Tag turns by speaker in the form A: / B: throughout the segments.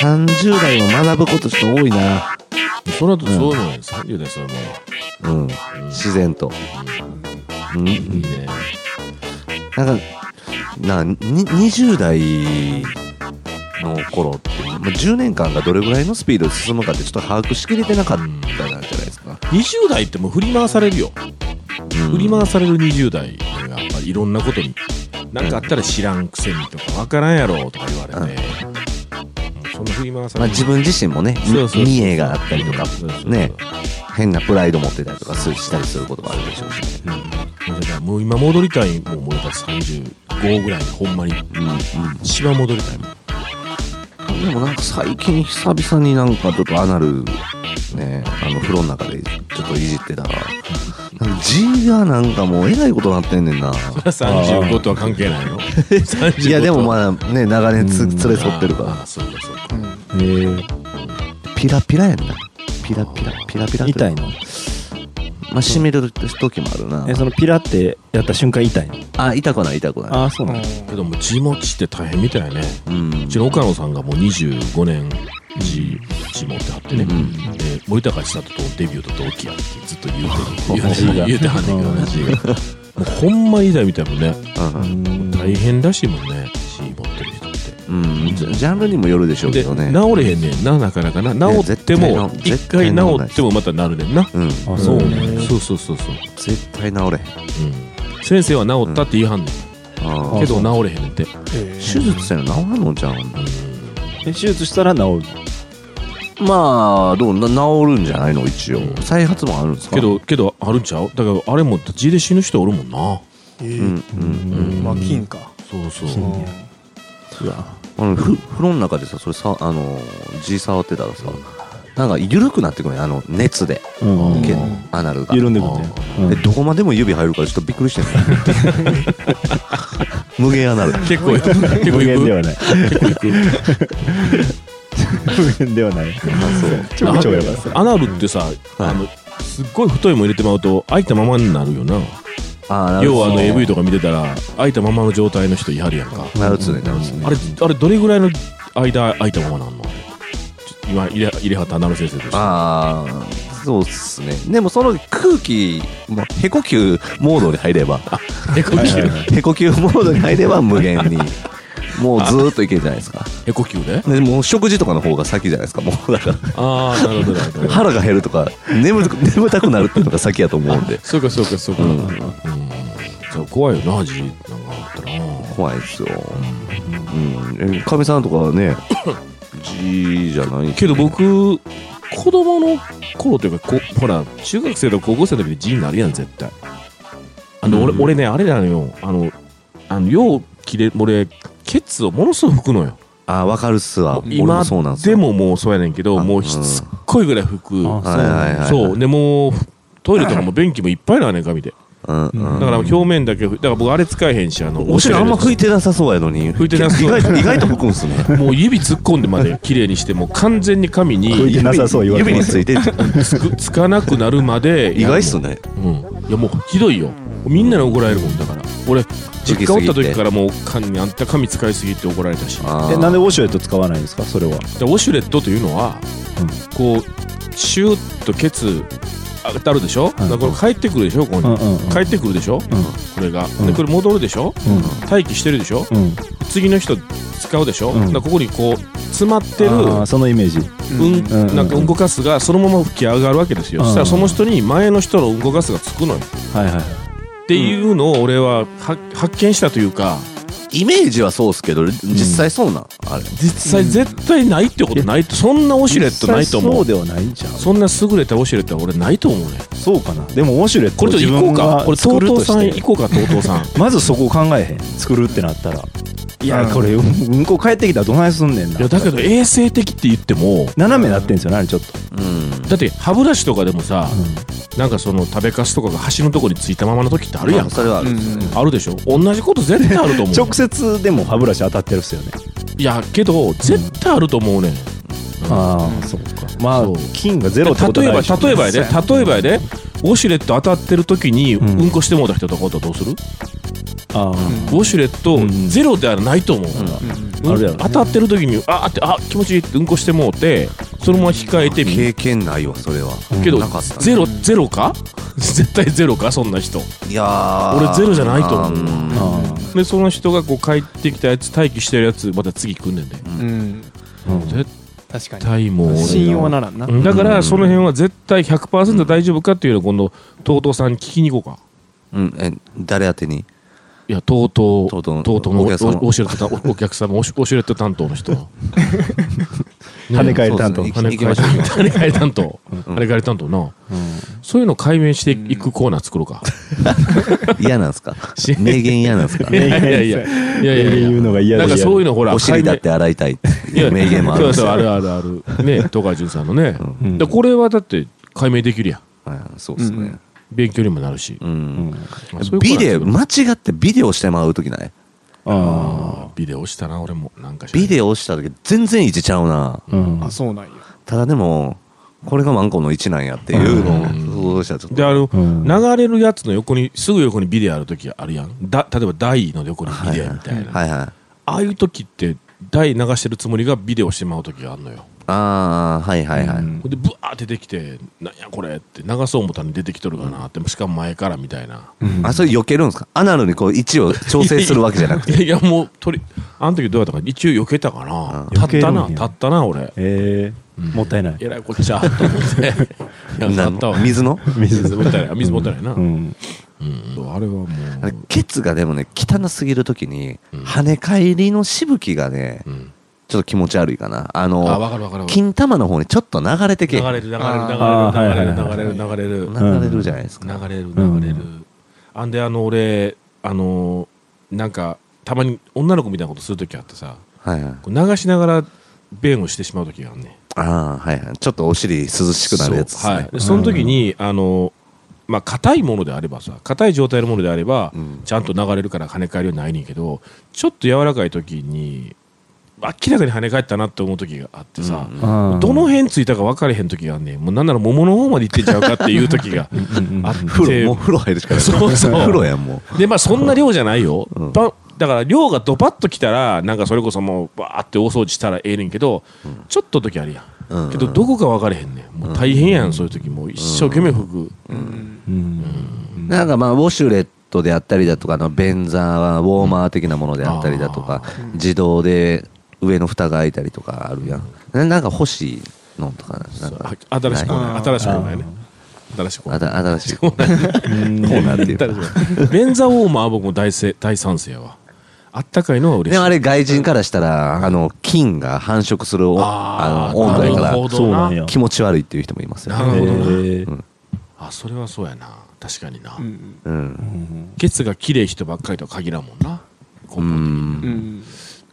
A: 30代も学ぶことちょっと多いな。
B: その後そういうのや、30代そういうも
A: うん。
B: ん
A: 自然と。うん。
B: んいいね
A: なんか、な、に20代の頃って、まあ、10年間がどれぐらいのスピードで進むかってちょっと把握しきれてなかったんじゃないですか。
B: 20代ってもう振り回されるよ、
A: うん
B: 振り回される20代がやっぱりいろんなことになんかあったら知らんくせにとかわからんやろとか言われて、
A: うん
B: うんそんな振り回され
A: まあ、
B: る
A: 自分自身もね、
B: そうそうそう
A: 見栄があったりとか
B: そうそうそ、う
A: ね、変なプライド持ってたりとかすしたりすることもあるでしょうしね。
B: うん、だからもう今戻りたいもう俺たち35ぐらいにほんまに
A: うんうん
B: 一番戻りたいもん
A: でもなんか最近久々になんかちょっとアナルね、あの風呂の中でちょっといじってたら、なんか G がなんかもうえらいことなってんねんな。
B: 35とは関係ないの
A: いやでも
B: あ
A: まあね、長年つ連れ添ってるか
B: ああそうかそうか、
A: ら。へえ。ピラピラやんな。ピラピラ、ピラピラって
C: 痛いの
A: まあ締める時もあるな
C: え。そのピラってやった瞬間痛いの
A: あ、痛くない痛くない。
C: ああそうなの
B: けども地持ちって大変みたいね
A: うん
B: うちの岡野さんがもう25年地地持ってはってね、
A: うん
B: で森高千里とデビューと同期やってずっと言うてる
C: 同じ
B: 言
C: が
B: うて言うてはんねんけど同じがもうほんまに痛いみたいもんね
C: うん
B: 大変らしいもんね地持ってる人って
A: うん、うんジャジャンルにもよるでしょうけ
B: で、
A: どね。
B: 治れへんねんななかなかな治って
A: いや
B: も一
A: 絶対
B: 回
A: 治
B: 治ってもまたなるねんな
A: うん、
C: あ
B: そう
C: ね
B: そうそうそうそう、
A: 絶対治れへん。
B: うん、先生は治ったって言いはんねん、
A: あー
B: けど治れへんねんって、
A: 手術したら治らんのじゃうん。
C: え手術したら治る
A: まあどうな治るんじゃないの一応再発もあるんですか
B: け、どけどあるんちゃうだからあれも血で死ぬ人おるもんな
D: え
A: う
D: ー
A: んうん
D: まあ金か
B: そうそう
D: うん
A: あのふ風呂の中でさそれさあの血触ってたらさなんか緩くなってくるねあの熱で、
C: うん
A: けアナルが
C: 緩んでくるねうん
A: でどこまでも指入るからちょっとびっくりしてんの 無限アナル
B: 結構いく結
C: 無
B: 構い
C: 限で
B: く
C: はない
B: 結構いく
C: 無限ではないちょこちょこやからさ
B: アナルってさ、あのすっごい太いもん入れてまうと開いたままになるよな
A: あーなる
B: 要はあの
A: そう
B: AV とか見てたら開いたままの状態の人いはるやんか
A: なるつねなるつね
B: あれあれどれぐらいの間空いたままなんのあれちょっと今入れ入れはったアナル先生として
A: ああそうっすねでもその空気もへこきゅうモードに入れば
B: へこきゅう
A: へこきゅうモードに入れば無限にもうずーっといけるじゃないですか
B: へこきゅうね
A: でもう食事とかの方が先じゃないですかもうだか
B: ああなるほどなるほ
A: ら
B: ど
A: 腹が減るとか眠く眠たくなるっていうのが先やと思うんで
B: そうかそうかそうか、
A: う
B: うんんそう怖いよなじいなんかあったらな
A: 怖いですようんえかみさんとかは ねじじゃない
B: けど僕子供の頃というかこほら中学生とか高校生の時で G になるやん絶対あの、
A: うん
B: 俺俺ねあれなのよあのあのよう切れ俺ケツをものすごく拭くのよ
A: あわかるっすわ俺
B: 今
A: もそうなんす
B: で
A: よ
B: ももうそうやねんけど
A: あ
B: もうしつっこいぐらい拭く、
C: あ
A: はいはいはい
B: そうでもうトイレとかも便器もいっぱいなんやねん紙で
A: うんうん
B: だから表面だけ拭いだから僕あれ使えへんしあの
A: お尻あんま拭いてなさそうやのに
B: 拭いてなさそう
A: 意外と意外と拭くんすね
B: もう指突っ込んでまで綺麗にしてもう完全に紙
C: 拭い
B: に
C: てなさそう言われ
A: 指に
C: てます
A: つい てんじゃん
B: つくつかなくなるまで
A: 意外っすね
B: うん、いやもうひどいよみんなに怒られるもんだから俺実家おった時からもう神にあんた紙使いすぎって怒られたしだか
A: あー
C: えなんでウォシュレット使わないんですかそれは
B: らウォシュレットというのは、こうシューッとケツ当たるでしょ、
C: うん
B: だからこれ帰ってくるでしょここに、
C: うんうんうん
B: 帰ってくるでしょ、これが、
C: う
B: で
C: ん
B: これ戻るでしょ待機してるでしょ
C: うんうん
B: 次の人使うでしょ、
C: うん
B: だからここにこう詰まってる
C: あーそのイメージ
B: うん
C: うんうん
B: なんかうんこかすがそのまま吹き上がるわけですよ、
C: うん
B: そしたらその人に前の人のうんこかすがつくのよっ
C: はいはい
B: ていうのを俺はは発見したというか
A: イメージはそうっすけど実際そうなんあれ
B: 実際絶対ないってことないとそんなウォ
C: ウ
B: シュレットないと思
C: そううではないんじゃん
B: そんな優れたウォシュレットは俺ないと思うね
C: そうかなでもウォシュレット
B: これと行こうかこれ
C: 自分が
B: TOTO さん
C: 作る
B: 行
C: として
B: こうか TOTO さん
C: まずそこ考えへん作るってなったらいや
D: うん
C: これうんうんこ帰ってきたらどないすんねんない
B: やだけど衛生的って言っても
C: 斜めなってんすよねあれちょっと
A: うん
B: だって歯ブラシとかでもさ、なんかその食べかすとかが端のとこについたままの時ってあるやん、
A: まそれはあるっすね
B: あるでしょ同じこと絶対あると 思う
C: 直接でも歯ブラシ当たってるっすよね
B: いやけど絶対あると思うねん
C: ああそうかまあ
B: そう
C: 菌がゼロってことは
B: 例えば
C: ないでしょ
B: 例えばやで例えばやでウォシュレット当たってる時に
C: うん
B: うんこしてもうた人とかおったらどうする、
C: ああ
B: ウォシュレット
C: うん
B: ゼロではないと思う、
C: うん
B: うん
C: あるやろね
B: 当たってる時にあーってあ気持ちいいってうんこしてもうてそのまま控えてピ
A: 経験ないわそれは
C: うん
B: けど
A: なかった
B: ゼロゼロか 絶対ゼロかそんな人
A: いやー
B: 俺ゼロじゃないと思う
A: うん
C: あ
B: でその人がこう帰ってきたやつ待機してるやつまた次来んねんで
D: うん
C: あうん
B: 絶
D: 確かに
B: 対もう俺が
D: 信用はならんな
B: うんだからその辺は絶対100%大丈夫かっていうのを今度 TOTO さんに聞きに行こうか
A: うんえ誰宛てに
B: いや
A: と
B: TOTO
A: うとうの
B: TOTO のお
A: お客様
B: おおシュレット担おお客様おしおシュレット担当の人ね
C: 跳ね返り担
A: そ
C: 当
A: うです
B: 跳
A: ね
B: ね
A: 行き
B: 返
A: ま
B: り
A: しょう
B: 跳ね返り担当跳ね返り担当なそういうの解明していくコーナー作ろうか
A: 嫌なんすか
B: し
A: 名言嫌なんすか
B: いやいやいやいやいやいや
C: 言うのが嫌で
B: なんかそういうのほら
A: お尻だって洗いたいっていう名言もあるん
B: そう
A: です
B: そう
A: よ
B: あるあるあるね東川淳さんのね
A: うん
C: うん
B: でこれはだって解明できるやん
A: はいそうですね
B: 勉強にもなるし
A: う
C: うんん
B: まあそういうコーナー
A: ビデオ
B: 作ろう
A: 間違ってビデオしてまう時ない
C: あ
B: あービデオしたな俺もなんかし
A: ビデオした時全然位置ちゃうな
C: あうん
D: あそうなんや
A: ただでもこれがマンコの位置なんやっていうのをそうしたらちょっ
B: で
A: と
B: あの、
C: うん
B: 流れるやつの横にすぐ横にビデオある時あるやんだ例えば台の横にビデオみたいな、
A: はいはい
B: ああいう時って台流してるつもりがビデオしてまう時があるのよ
A: ああはいはいはい
C: うん
B: でブワーって出てきて「なんやこれ」って流そう思ったのに出てきとるかなってしかも前からみたいな
A: あそれ避けるんですかアナルにこう位置を調整するわけじゃなくて
B: いやいやもうとりあの時どうやったか一応避けたか
A: う
B: な
A: ん
B: 立ったな
C: 避けるん
B: 立
C: や
B: ったな俺
C: ええもったいない
B: えらいこっちゃと 思ってい
A: な
B: や立ったわ
A: 水の
B: 水もったいない水もったいないな、
C: うん
B: うんあれはもう
A: あれケツがでもね汚すぎるときに
B: うん
A: 跳ね返りのしぶきがね
B: うん
A: ちょっと気持ち悪いかなあ
B: あ
A: の
B: 分かる分かる分かる
A: 金玉の方にちょっと流れてけ
B: 流れる流れる流れる流れる流れる流れる
A: 流れるじゃないですか
B: 流れる
C: うん
B: 流れる、あんであの俺あのーなんかたまに女の子みたいなことするときあってさ
A: はいはい
B: こう流しながら便をしてしまうときがあんね
A: ああはいはいちょっとお尻涼しくなるやつです
B: そうはい
A: ね
B: でその時に、あのーまあ硬いものであればさ硬い状態のものであれば、
A: うん
B: ちゃんと流れるから跳ね返るようにないねんけどちょっと柔らかい時に明らかに跳ね返ったなって思う時があってさ、
A: うん
C: あー
B: どの辺ついたか分かれへん時があんねんもうなんなら桃の方まで行ってんちゃうかっていう時が
C: うんうん
B: あって
A: 風 呂もう風呂入るしかない
B: そうそ う
A: 風呂やんもう
B: でまあそんな量じゃないよ、
A: うん
B: ばだから量がドバッときたらなんかそれこそもうバーって大掃除したらええねんけど、ちょっと時あるやん、
A: うん
B: けどどこか分かれへんねんもう大変やん、そういう時もう一生懸命拭く、
D: うん
C: うん
A: なんかまあウォシュレットであったりだとかあの便座はウォーマー的なものであったりだとか自動で上の蓋が開いたりとかあるやんななんか欲しいのとかなんか
B: あ新しく
A: ない
D: ない
B: 新しくないね新しく
A: あ
B: ない
A: た新しいコーナーっていうか
B: ベンザウォーマーは僕も大せ 大賛成やわあったかいのは嬉 し
A: で
B: い
A: もあれ外人からしたらあの菌が繁殖するおあ
B: ー
A: の温度やか
B: な
A: ら
B: るほど
C: そう
B: な
C: なんや
A: 気持ち悪いっていう人もいますよ
B: なるほどな
C: ええ
B: あそれはそうやな確かにな、
D: うん
A: うん
B: ケツが綺麗い人ばっかりとは限らんもんな根
A: う
B: 本
D: うんん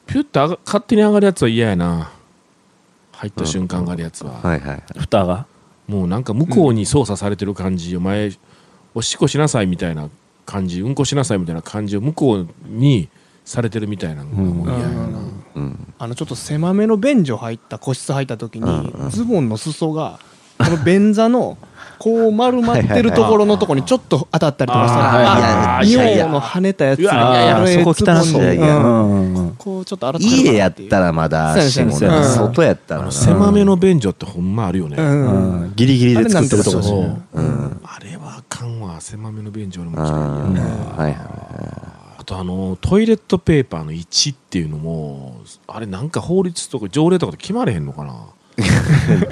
B: ピュッと上が勝手に上がるやつは嫌やな入った瞬間上がるやつは、
A: はいはい
C: 蓋が
B: もうなんか向こうに操作されてる感じ、お前おしっこしなさいみたいな感じうんこしなさいみたいな感じを向こうにされてるみたいなのがもう嫌やな、
A: うん
D: あのちょっと狭めの便所入った個室入った時に
A: うんうん
D: ズボンの裾がこの便座のこう丸まってるところのところにちょっと当たったりとかした
B: はいはいはい
D: ら
B: あ
D: あ
B: ーいやいやいや
D: 尿の跳ねたやつが
B: あーいやいや
D: あ
C: そ
D: れ
C: こ汚そう
A: いやいや
D: ズボン
C: う
D: の
C: んうんうん
D: こうちょっと洗ってやろうか
A: 家
D: な
A: やって
D: いう
A: たらまだしも
D: そうや
A: ね
D: ねそうやね
A: 外やった
B: あ
A: ら
B: の
A: な
B: 狭めの便所ってほんまあるよね、
D: うん
C: ギリギリで作ってるとこ
D: そう
B: そう
C: ね
A: うん
B: あれはあかんわ狭めの便所俺も嫌いや
A: あ
B: な
A: ーはいはい
B: あとあのトイレットペーパーの位置っていうのもあれなんか法律とか条例とかで決まれへんのかな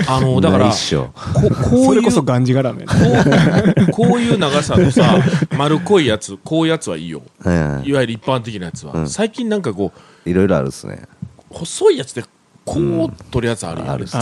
B: あのだから
A: ないっしょ
B: ここ
D: そう
B: い
D: れ
B: う
D: こそがんじがらめ
B: こうこういう長さのさ丸っこいやつこういうやつはいいよ
A: うん
B: いわゆる一般的なやつは、
A: うん
B: 最近なんかこう
A: いろいろあるっすね
B: 細いやつでこう取るやつあるやん、
A: あ
B: れ
A: る
B: 絶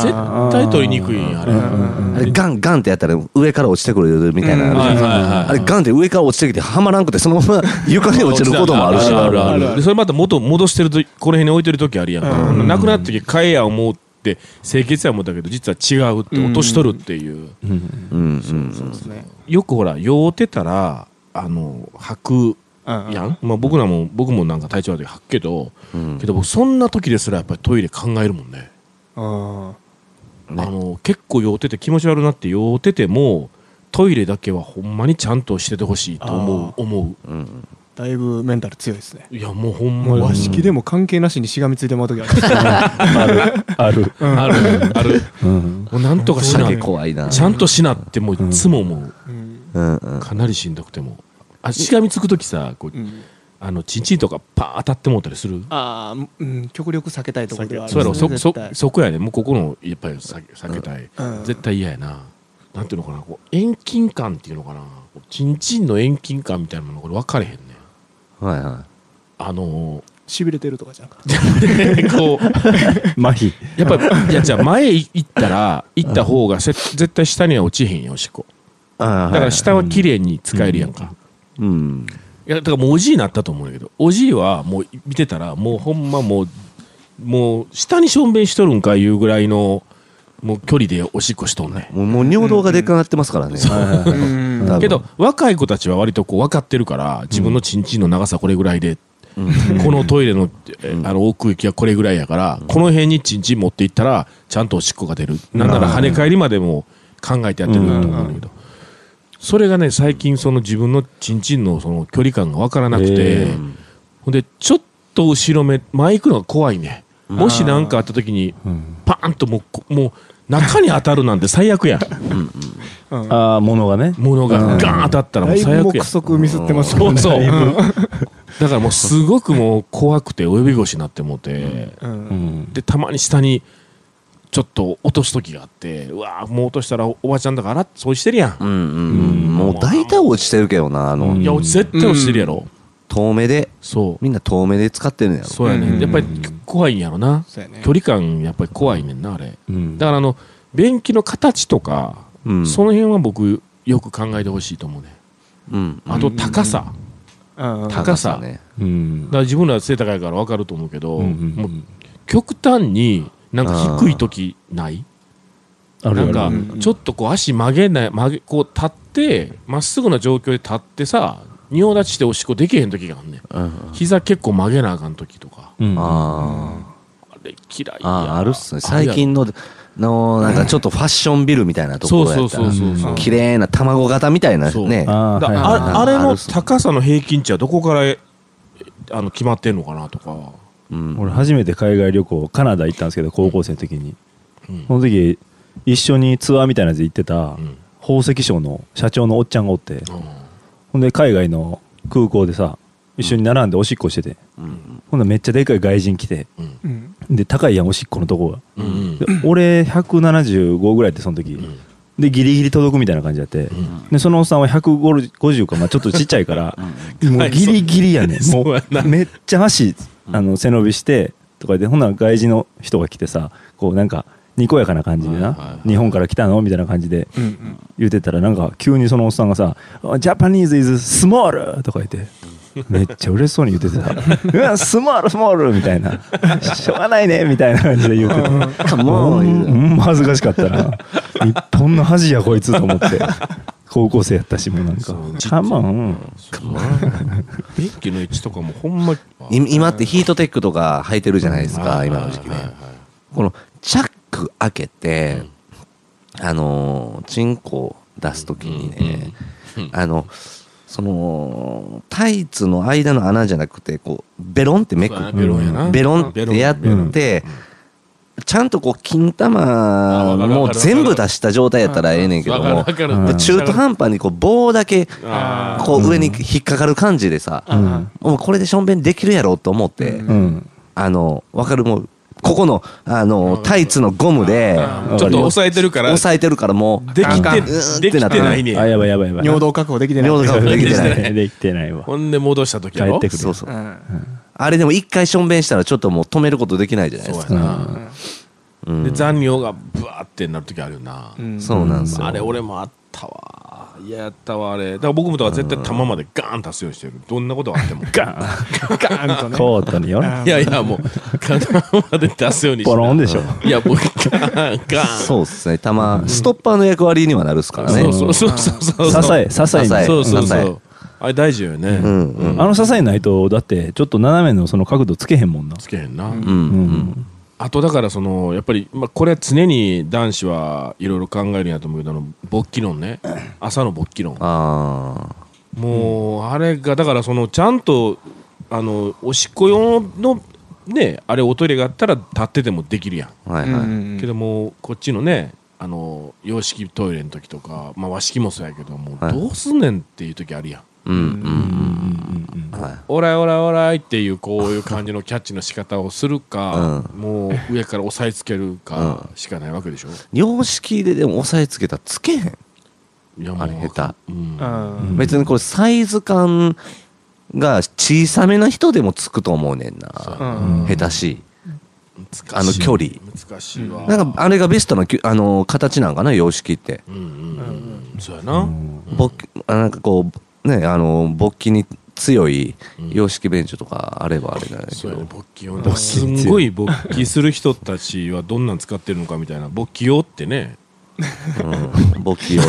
B: 対取りにくいんやあれ、
A: あれガンガンってやったら上から落ちてくるみたいなのあるじゃないです
B: うんはいはいはい
A: かあれガンって上から落ちてきてはまらんくてそのまま床に落ちることもあるし
B: あるあ
D: あるあ
B: る
D: る
B: でそれまた元戻してるとこの辺に置いてる時あるやんか、
D: うん
B: なくなった時買えや思うって清潔や思ったけど実は違うって
D: うん
B: 落としとるっていう、
A: うんうん
D: ですね
B: よくほら酔うてたらあの吐くやん、まあ、僕らも僕もなんか体調悪い時吐くけど、
A: うん
B: けど僕そんな時ですらやっぱりトイレ考えるもんね
D: うん
A: ね
B: あの結構酔うてて気持ち悪なって酔うててもトイレだけはほんまにちゃんとしててほしいと思う思う
A: うん
D: だいぶメンタル強いですね
B: いやもうほんま
D: 和
B: に
D: 式でも関係なしにしがみついてまう時ある
C: ある。ある。
B: あるある
C: うん。
B: もうなんとかしな
A: 酒怖いな
B: ちゃんとしなってもういつも思う
D: うん
A: うんうん
B: かなりしんどくてもあしがみつく時さこう
D: うん
B: あのチンチンとかパーン当たってもうたりする
D: ああうん極力避けたいところではある
B: そうやろそそ
D: 絶対
B: そこやねもうここのやっぱり避け避けたい
D: うん
B: 絶対嫌やななんていうのかなこう遠近感っていうのかなこうチンチンの遠近感みたいなものこれ分かれへんね
A: はいは
B: あの
D: しびれてるとかじゃなくて
B: ー こう
C: 麻痺。
B: やっぱり、いや、じゃあ前行ったら、行った方がせ絶対下には落ちへんよ、おしっこ。
A: いあ
B: だ
A: あ
B: か
A: はい
B: ら下は綺麗に使えるやんか。
A: うん
B: いや、だからもうおじいになったと思うんやけど、おじいはもう見てたら、もうほんまもう、もう下にしょんべんしとるんかいうぐらいの、もう距離でおしっこしとんね。
A: もうもう尿道がでかなってますからね
C: はいはい
D: うん
A: 多分
B: けど、若い子たちは割とこう分かってるから、自分のチンチンの長さこれぐらいで、
A: うん
B: このトイレのえあの奥行きはこれぐらいやから、この辺にチンチン持っていったら、ちゃんとおしっこが出る。なんなら跳ね返りまでも考えてやってると思うんだけど。それがね、最近その自分のチンチンのその距離感がわからなくて
C: え、
B: ほんで、ちょっと後ろ目、前行くのが怖いね。もし何かあった時に、
C: うん
B: パーンともうこ、もう、中に当たるなんて最悪やん。
D: うん
C: ああ、物がね。
B: 物がガーン当たったらも
D: だ
B: う
D: い
B: 最
D: ぶ
B: 悪や
D: 目
B: ん。
D: 測ミスってます
B: そうそう。
D: だいぶ
B: だからもうすごくもう怖くて、及び腰になってもうて、
C: う
D: う
C: んん。
B: でたまに下にちょっと落とす時があってうわーもう落としたらおおばちゃんだからそうしてるやん、
A: うんうんもう大体落ちてるけどなあの
C: うん
B: いや絶対落ちてるやろ、
A: 遠目で
B: そう
A: みんな遠目で使ってるんやろ
B: そうやね、
D: うん
B: やっぱり怖いんやろな、
D: そうやね
B: 距離感やっぱり怖いねんなあれ
C: うん
B: だからあの便器の形とか、
A: うん
B: その辺は僕よく考えてほしいと思うね
A: うん
B: あと高さ、
D: うん
B: 高さ
A: ね
C: うん
B: だから自分ら背高いから分かると思うけど、
C: うん
B: もう極端になんか低い時ない
C: ある
B: な
C: あ
B: ん
C: る
B: か
D: うんうん
B: ちょっとこう足曲げない曲げこう立ってまっすぐな状況で立ってさ尿立ちしておしっこできへん時があんねん
A: うん
B: 膝結構曲げなあかん時とか
C: うん
A: あ
B: あれ嫌い
A: ああ
B: や
A: ああるっすね最近ののなんかちょっとファッションビルみたいなとこ
B: そう
A: ろや
B: そう
A: った
B: そう
A: ら
B: そうそううん
A: 綺麗な卵型みたいな
B: そう
A: ね
C: あー
B: だ
C: はいはい
B: ああ
A: はい
B: れ
A: ある
B: の
A: っすね
B: 高さの平均値はどこからえあの決まってんのかなとか
A: うん
C: 俺初めて海外旅行カナダ行ったんですけど高校生の時に、
B: うん
C: その時一緒にツアーみたいなやつ行ってた
B: うん
C: 宝石商の社長のおっちゃんがおってほんで海外の空港でさ一緒に並んでおしっこしてて、
A: うん
C: ほんでめっちゃでかい外人来て
B: うん
D: うん
C: で高いやんおしっこのとこが、
B: うんうん
C: で俺175ぐらいってその時、
B: ん
C: でギリギリ届くみたいな感じやって、でそのおっさんは150か、まあ、ちょっとちっちゃ いから、もうギリギリやねんも
B: そうやな
C: うめっちゃ足あの背伸びしてとかでほんなら外人の人が来てさこうなんかにこやかな感じでな、
B: はいはいはい
C: 日本から来たのみたいな感じで
D: うんうん
C: 言ってたらなんか急にそのおっさんがさ「ジャパニーズ is small」とか言ってめっちゃ嬉し そうに言っててさ「うわスモールスモール」みたいな 「しょうがないね」みたいな感じで言ってて。
A: も
C: う
A: うん
C: うん恥ずかしかったな日本の恥やこいつと思って 高校生やったしもうなんか
B: そう
C: カモン
B: 便器の位置とかもほんま
A: い今ってヒートテックとか履いてるじゃないです
B: は
A: か
B: い
A: 今の時期
B: はいは
A: ね
B: いはい
A: このチャック開けてあのーチンコ出す時にね あのそのタイツの間の穴じゃなくてこうベロンってめく
B: そうやなベロンやな
A: ベロンってやっ
B: ベロン
A: てちゃんとこう金玉もう全部出した状態やったらええねんけど
B: わ
A: も
B: かるわ
C: うん
B: かる
A: 中途半端にこう棒だけ
B: あー
A: こう上に引っかかる感じでさ
D: あー
A: もうこれでしょんべんできるやろうと思って、
D: うん
C: うん
A: あのわかるもうここのあのタイツのゴムで
C: ー
B: ちょっと抑えてるから
A: 押さえてるからもう
B: でき
A: あかん
B: て
A: うーん
B: でき
A: って
B: ないね
C: あ
B: や
C: やばいやばいやばい
D: 尿道確保できてない
A: 尿道確保できてない
C: いできてないわ
B: ほ んで戻した時や
C: 帰
B: ろ
C: ってくる
A: そうそう、
D: うん
A: あれでも一回しょんべんしたらちょっともう止めることできないじゃないですか
B: そうや
C: う
B: な、
A: うん
B: で残尿がブワーってなる時あるよな、
D: うん
A: そうなんですよ
B: あれ俺もあったわいややったわあれだから僕もだから絶対玉までガーン足すようにしてるどんなことがあっても
C: ガ
D: ガーンと
C: ン
D: ね
C: コートによ
D: あ
B: いやいやもう玉まで出すようにして
C: ポロンでしょ
B: いやもうガーンガーン
A: そうっすねたまストッパーの役割にはなるっすからね
B: そうそうそうそうそう
C: 支え支えに
A: 支え
B: そうそう
A: 支
B: そ
A: え
B: うあれ大事よね、
A: うんう
C: あ
A: ん
C: の支えないとだってちょっと斜めのその角度つけへんもんな
B: つけへんな、
A: うんう
C: うんん
B: あとだからそのやっぱり、まあ、これは常に男子はいろいろ考えるんやと思うけどあの勃起論ね朝の勃起論
A: あ
B: もう、あれがだからそのちゃんとあのおしっこ用のねあれおトイレがあったら立っててもできるやん、
A: はいはい。
B: けどもうこっちのねあの洋式トイレの時とか、まあ、和式もそうやけどもう
A: はい
B: どうすんねんっていう時あるやん、
A: うんうん
B: うん
A: うん。はい。
B: オライオライオライっていうこういう感じのキャッチの仕方をするか、
A: う
B: もう上から押さえつけるかしかないわけでしょ、
A: 様式ででも押さえつけたらつけへん。
B: いやもう
A: あれ下手。
B: うん
D: うん
A: 別にこれサイズ感が小さめな人でもつくと思うねん
B: そう
A: な。
D: うん
A: 下手しい。
B: 難
A: あの
B: しい
A: 距離
B: 難しいわ
A: なんかあれがベストなきゅあの形なんかな様式って。
B: うんうんうんそうやな、
A: 勃起あなんかこうねあの勃起に強い洋式便所とかあればあれじゃないけ
B: そう
A: ど、
B: やね勃起用
C: 勃
B: な
C: 起
B: すんごい勃起する人たちはどんなん使ってるのかみたいな勃起用ってね
A: うん勃起用
B: い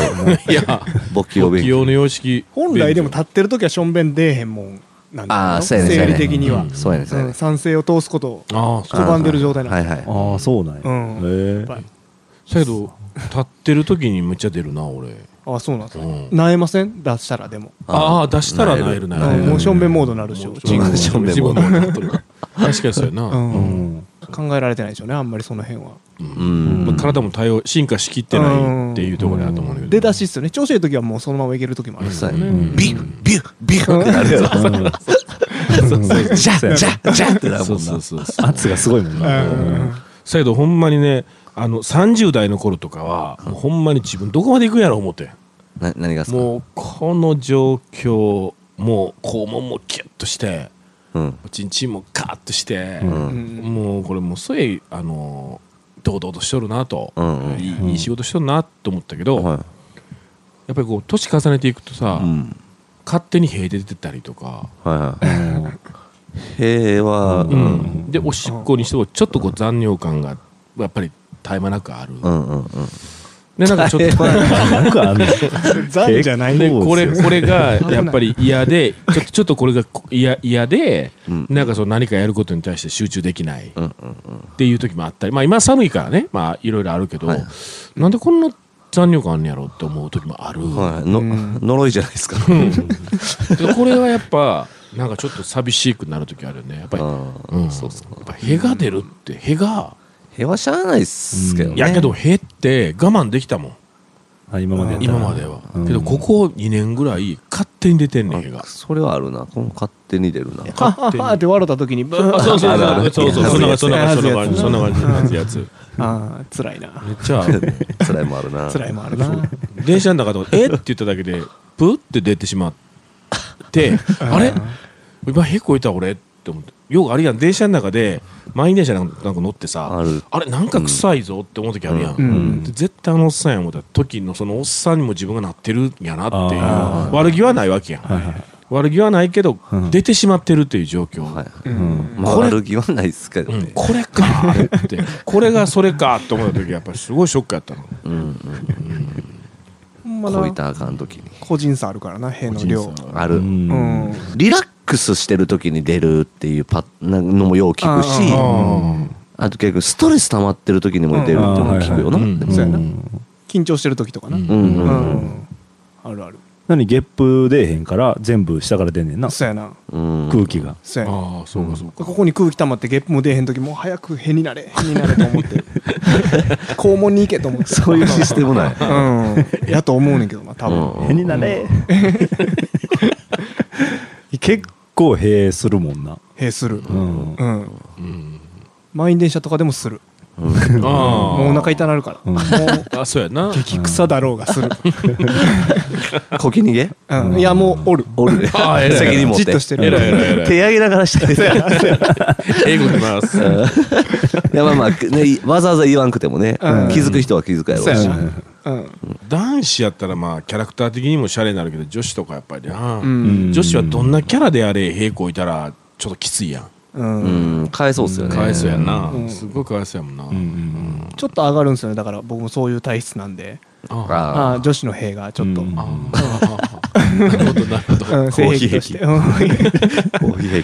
B: や
A: 勃起用
B: 勃
A: 便
B: 起
A: 所
B: 用の様式
D: 本来でも立ってる時はしょんべん出えへんもんなんだよ
A: ああそうやね
D: 生理的には
A: うんそうやねそうや
D: うん
A: ね
D: 酸性を通すことを
B: ああそう
D: 拒んでる状態な
A: は
D: ん
A: い
D: で
A: は
C: あ
A: い
C: ーそうなんや
D: う
C: へ
D: んやっぱり
B: だけど立ってる時にむっちゃ出るな俺
D: ああそうなんですね
B: う
D: なえません出したらでも
B: ああ出したらなえるな
D: うんもうしょんべんモードになるでしょ
A: ちょっとしょんべんも
B: 確かにそうや
D: う
B: な、
C: えうんん
D: 考えられてないでしょうねあんまりその辺は
A: うん
B: まあ、体も対応進化しきってないっていうところだと思うんだけど
D: 出だしっすよね調子いい時はもうそのままいける時もある
A: そうやねビュビュビュってなるやろジャッジャッジャッってなる
B: そ
A: も
B: うんそう
A: な
B: そうそう
C: 圧がすごいもんな
B: 再度ほんまにねあの30代の頃とかはもうほんまに自分どこまで行くんやろ思って
A: な何がっすか
B: もうこの状況もう肛門もキュッとして
A: うん
B: おちんちんもカーッとして、
A: うん
D: うん
B: もうこれもうすごいあの堂々としとるなと、
A: うんうん
B: いいいい仕事しとるなと思ったけど、
A: は
B: やっぱりこう年重ねていくとさ、
A: いうん
B: 勝手に塀で出てたりとか、
A: はいはい平和う
B: うんんでおしっこにしてもちょっとこう残尿感がやっぱり絶え間なくある、
A: うんうんうん
B: でなんかちょっと
C: なんかあんねん
D: 残じゃない
B: で
C: そう
B: これ
C: ですよ
B: これがやっぱり嫌でちょっとちょっとこれが嫌嫌で、
A: うん
B: なんかその何かやることに対して集中できない
A: うん
B: っていう時もあったり、まあ、今寒いからねまあいろいろあるけど、
A: はい
B: なんでこんな残尿感あんねやろって思う時もある、
A: はいの 呪いじゃないですか
B: でこれはやっぱなんかちょっと寂しくなる時あるよねやっぱり、
A: う
B: うんん、
A: そうっす
B: やっぱ屁が出るって屁が、
A: 平和しゃあないっすけどね
B: いやけど屁って我慢できたもん
C: あ今までやったら
B: 今までは、
C: うん
B: けどここ2年ぐらい勝手に出てんねん屁が
A: あ。それはあるなこの勝手に出るな
D: はっはっはって笑った時にブ
B: あ
D: ー
B: そうそう
A: あるあ
B: そう
A: る
B: そうそうそんな感じそんな感じそんな感じそんな感じそんな感じやつ
D: ああ辛いな
B: めっちゃあるね
A: 辛いもあるな
D: 辛いもあるな
B: 電車の中とかで「えっ?」て言っただけでプッて出てしまって「 あれ今へこいた俺」って思ってよくあるやん電車の中で満員電車なんか乗って
A: あ
B: さ
A: る
B: あれなんか臭いぞって思う時あるやん、
D: うん
B: で絶対あのおっさんや思った時のそのおっさんにも自分がなってるんやなってい
C: あ
B: う悪気はないわけやん、
C: はいはい
B: 悪気はないけど、
C: うん
B: 出てしまってるっていう状況、
A: はい
D: うん
A: まあ
B: これ
A: 悪気はないっすけど
B: うん
A: ね
B: これかあれってこれがそれかって思った時やっぱりすごいショックやったの
A: うんうん
D: ほんま
A: こい
D: な
A: たらあかん時に
D: 個人差あるからな塀の量
A: ある
D: うん
A: リラックスしてる時に出るっていうパなのもよう聞くし
D: あ
A: あと結構ストレス溜まってる時にも出るっていうのも聞くよな
B: うんうん
A: で
B: うん
A: もそうやな
D: 緊張してる時とかな
B: うん
A: うん
D: う
A: うんうん
D: んあるある
C: 何ゲップ出えへんから全部下から出んねんな
D: そうやな
A: うん
C: 空気が
D: そうやな
B: ああそうかそうか、
D: ここに空気溜まってゲップも出えへん時もう早くへになれへになれと思って肛門に行けと思って
A: そういうシステムない
D: うんやと思うねんけどな多分
A: うん
C: へになれ結構へするもんな
D: へする
C: うん
D: うん
B: うん、
D: 満員電車とかでもする
B: ああ
D: もうお腹痛なるから
C: うん
D: もう
B: あそうやな
D: 激臭だろうがする
A: こき逃げ
D: うんいやもうおる
A: おるね
B: あー偉い
A: 責任持っ
D: じ
A: て
D: っとしてる
B: えらいえらいえら い
A: 手上げながらしてる
B: 英語きます
A: いやまあまあねわざわざ言わんくてもね
D: うん
A: 気づく人は気づくやろ
D: そう
A: う
D: や
A: し
D: なうん
B: 男子やったらまあキャラクター的にもシャレになるけど女子とかやっぱりな、
D: うん
B: 女子はどんなキャラであれ平行いたらちょっときついやん
D: うん
A: うん返そうっすよね
B: かわいそうやな、
D: うん
B: すごいかわいそうやもんな、
C: うん
D: ちょっと上がるんですよねだから僕もそういう体質なんで
B: ああ
A: あ
D: あー女子の兵がちょっと、
C: う
D: うん
B: ああなるほどなるほど
D: ん、性癖としてうん
A: あコーヒー